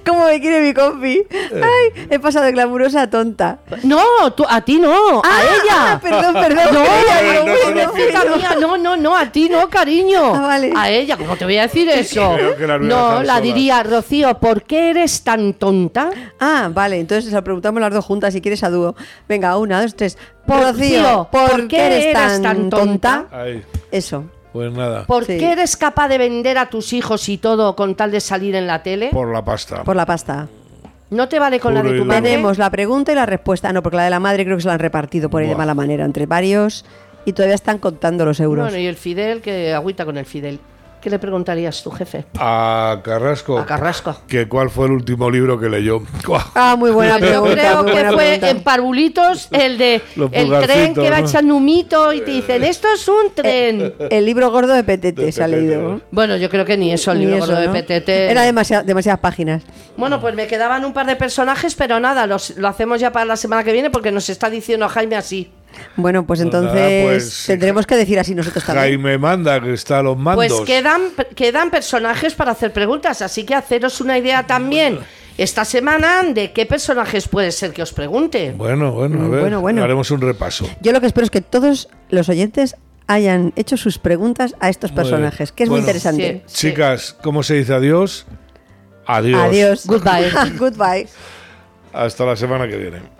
[SPEAKER 2] ¿Cómo me quiere mi confi? Ay, he pasado de glamurosa a tonta.
[SPEAKER 3] No, tú- a ti no, a ella.
[SPEAKER 2] Ah, perdón, perdón.
[SPEAKER 3] No,
[SPEAKER 2] creía, digo,
[SPEAKER 1] no,
[SPEAKER 2] bueno,
[SPEAKER 1] no,
[SPEAKER 2] bueno.
[SPEAKER 3] Chica mía, no, no, no, a ti no, cariño.
[SPEAKER 2] Ah, vale.
[SPEAKER 3] A ella, ¿cómo te voy a decir eso?
[SPEAKER 1] Creo que las voy a
[SPEAKER 3] no,
[SPEAKER 1] dejar
[SPEAKER 3] la
[SPEAKER 1] solas.
[SPEAKER 3] diría, Rocío, ¿por qué eres tan tonta?
[SPEAKER 2] Ah, vale, entonces se lo preguntamos las dos juntas, si quieres a dúo. Venga, una, dos, tres.
[SPEAKER 3] Por-
[SPEAKER 2] Rocío, ¿por, qué eres tan, tonta?
[SPEAKER 1] Ay,
[SPEAKER 2] Eso.
[SPEAKER 1] pues nada.
[SPEAKER 3] ¿Por
[SPEAKER 2] Sí.
[SPEAKER 3] qué eres capaz de vender a tus hijos y todo con tal de salir en la tele?
[SPEAKER 1] Por la pasta.
[SPEAKER 2] Por la pasta.
[SPEAKER 3] ¿No te vale con la
[SPEAKER 1] Puro
[SPEAKER 3] de tu
[SPEAKER 1] y duro.
[SPEAKER 3] padre?
[SPEAKER 2] Tenemos la pregunta y la respuesta. Ah, no, porque la de la madre creo que se la han repartido por ahí de
[SPEAKER 1] Buah.
[SPEAKER 2] mala manera entre varios y todavía están contando los euros.
[SPEAKER 3] Bueno, y el Fidel, que agüita con el Fidel. ¿Qué le preguntarías tu jefe?
[SPEAKER 1] A Carrasco.
[SPEAKER 3] A Carrasco.
[SPEAKER 1] Que cuál fue el último libro que leyó.
[SPEAKER 2] Ah, muy buena
[SPEAKER 3] Yo
[SPEAKER 2] pregunta.
[SPEAKER 3] creo
[SPEAKER 2] muy
[SPEAKER 3] que
[SPEAKER 2] buena
[SPEAKER 3] fue
[SPEAKER 2] pregunta.
[SPEAKER 3] en Parbulitos el de
[SPEAKER 1] Los
[SPEAKER 3] el tren
[SPEAKER 1] pulgarcitos,
[SPEAKER 3] que va
[SPEAKER 1] ¿no?
[SPEAKER 3] echando humito y te dicen, esto es un tren.
[SPEAKER 2] El libro gordo de Petete se ha
[SPEAKER 1] Petete,
[SPEAKER 2] leído.
[SPEAKER 1] ¿no?
[SPEAKER 3] Bueno, yo creo que ni eso, el
[SPEAKER 2] Ni
[SPEAKER 3] libro
[SPEAKER 2] eso,
[SPEAKER 3] gordo
[SPEAKER 2] ¿no?
[SPEAKER 3] de Petete.
[SPEAKER 2] Era demasiada- demasiadas páginas.
[SPEAKER 3] Bueno, pues me quedaban un par de personajes, pero nada, los- lo hacemos ya para la semana que viene porque nos está diciendo Jaime así.
[SPEAKER 2] Bueno, pues
[SPEAKER 1] Pues nada,
[SPEAKER 2] entonces
[SPEAKER 1] pues,
[SPEAKER 2] tendremos que decir así nosotros también.
[SPEAKER 1] Jaime Manda, que está a los mandos.
[SPEAKER 3] Pues quedan, quedan personajes para hacer preguntas, así que haceros una idea también esta semana de qué personajes puede ser que os pregunte.
[SPEAKER 1] Bueno, bueno, a
[SPEAKER 2] Mm,
[SPEAKER 1] ver.
[SPEAKER 2] bueno, bueno.
[SPEAKER 1] Haremos un repaso.
[SPEAKER 2] Yo lo que espero es que todos los oyentes hayan hecho sus preguntas a estos
[SPEAKER 1] Muy bien.
[SPEAKER 2] personajes, que es muy
[SPEAKER 1] Bueno.
[SPEAKER 2] interesante.
[SPEAKER 3] Sí.
[SPEAKER 1] Chicas, ¿cómo se dice adiós? Adiós.
[SPEAKER 2] Adiós.
[SPEAKER 3] Goodbye.
[SPEAKER 2] Goodbye.
[SPEAKER 1] Hasta la semana que viene.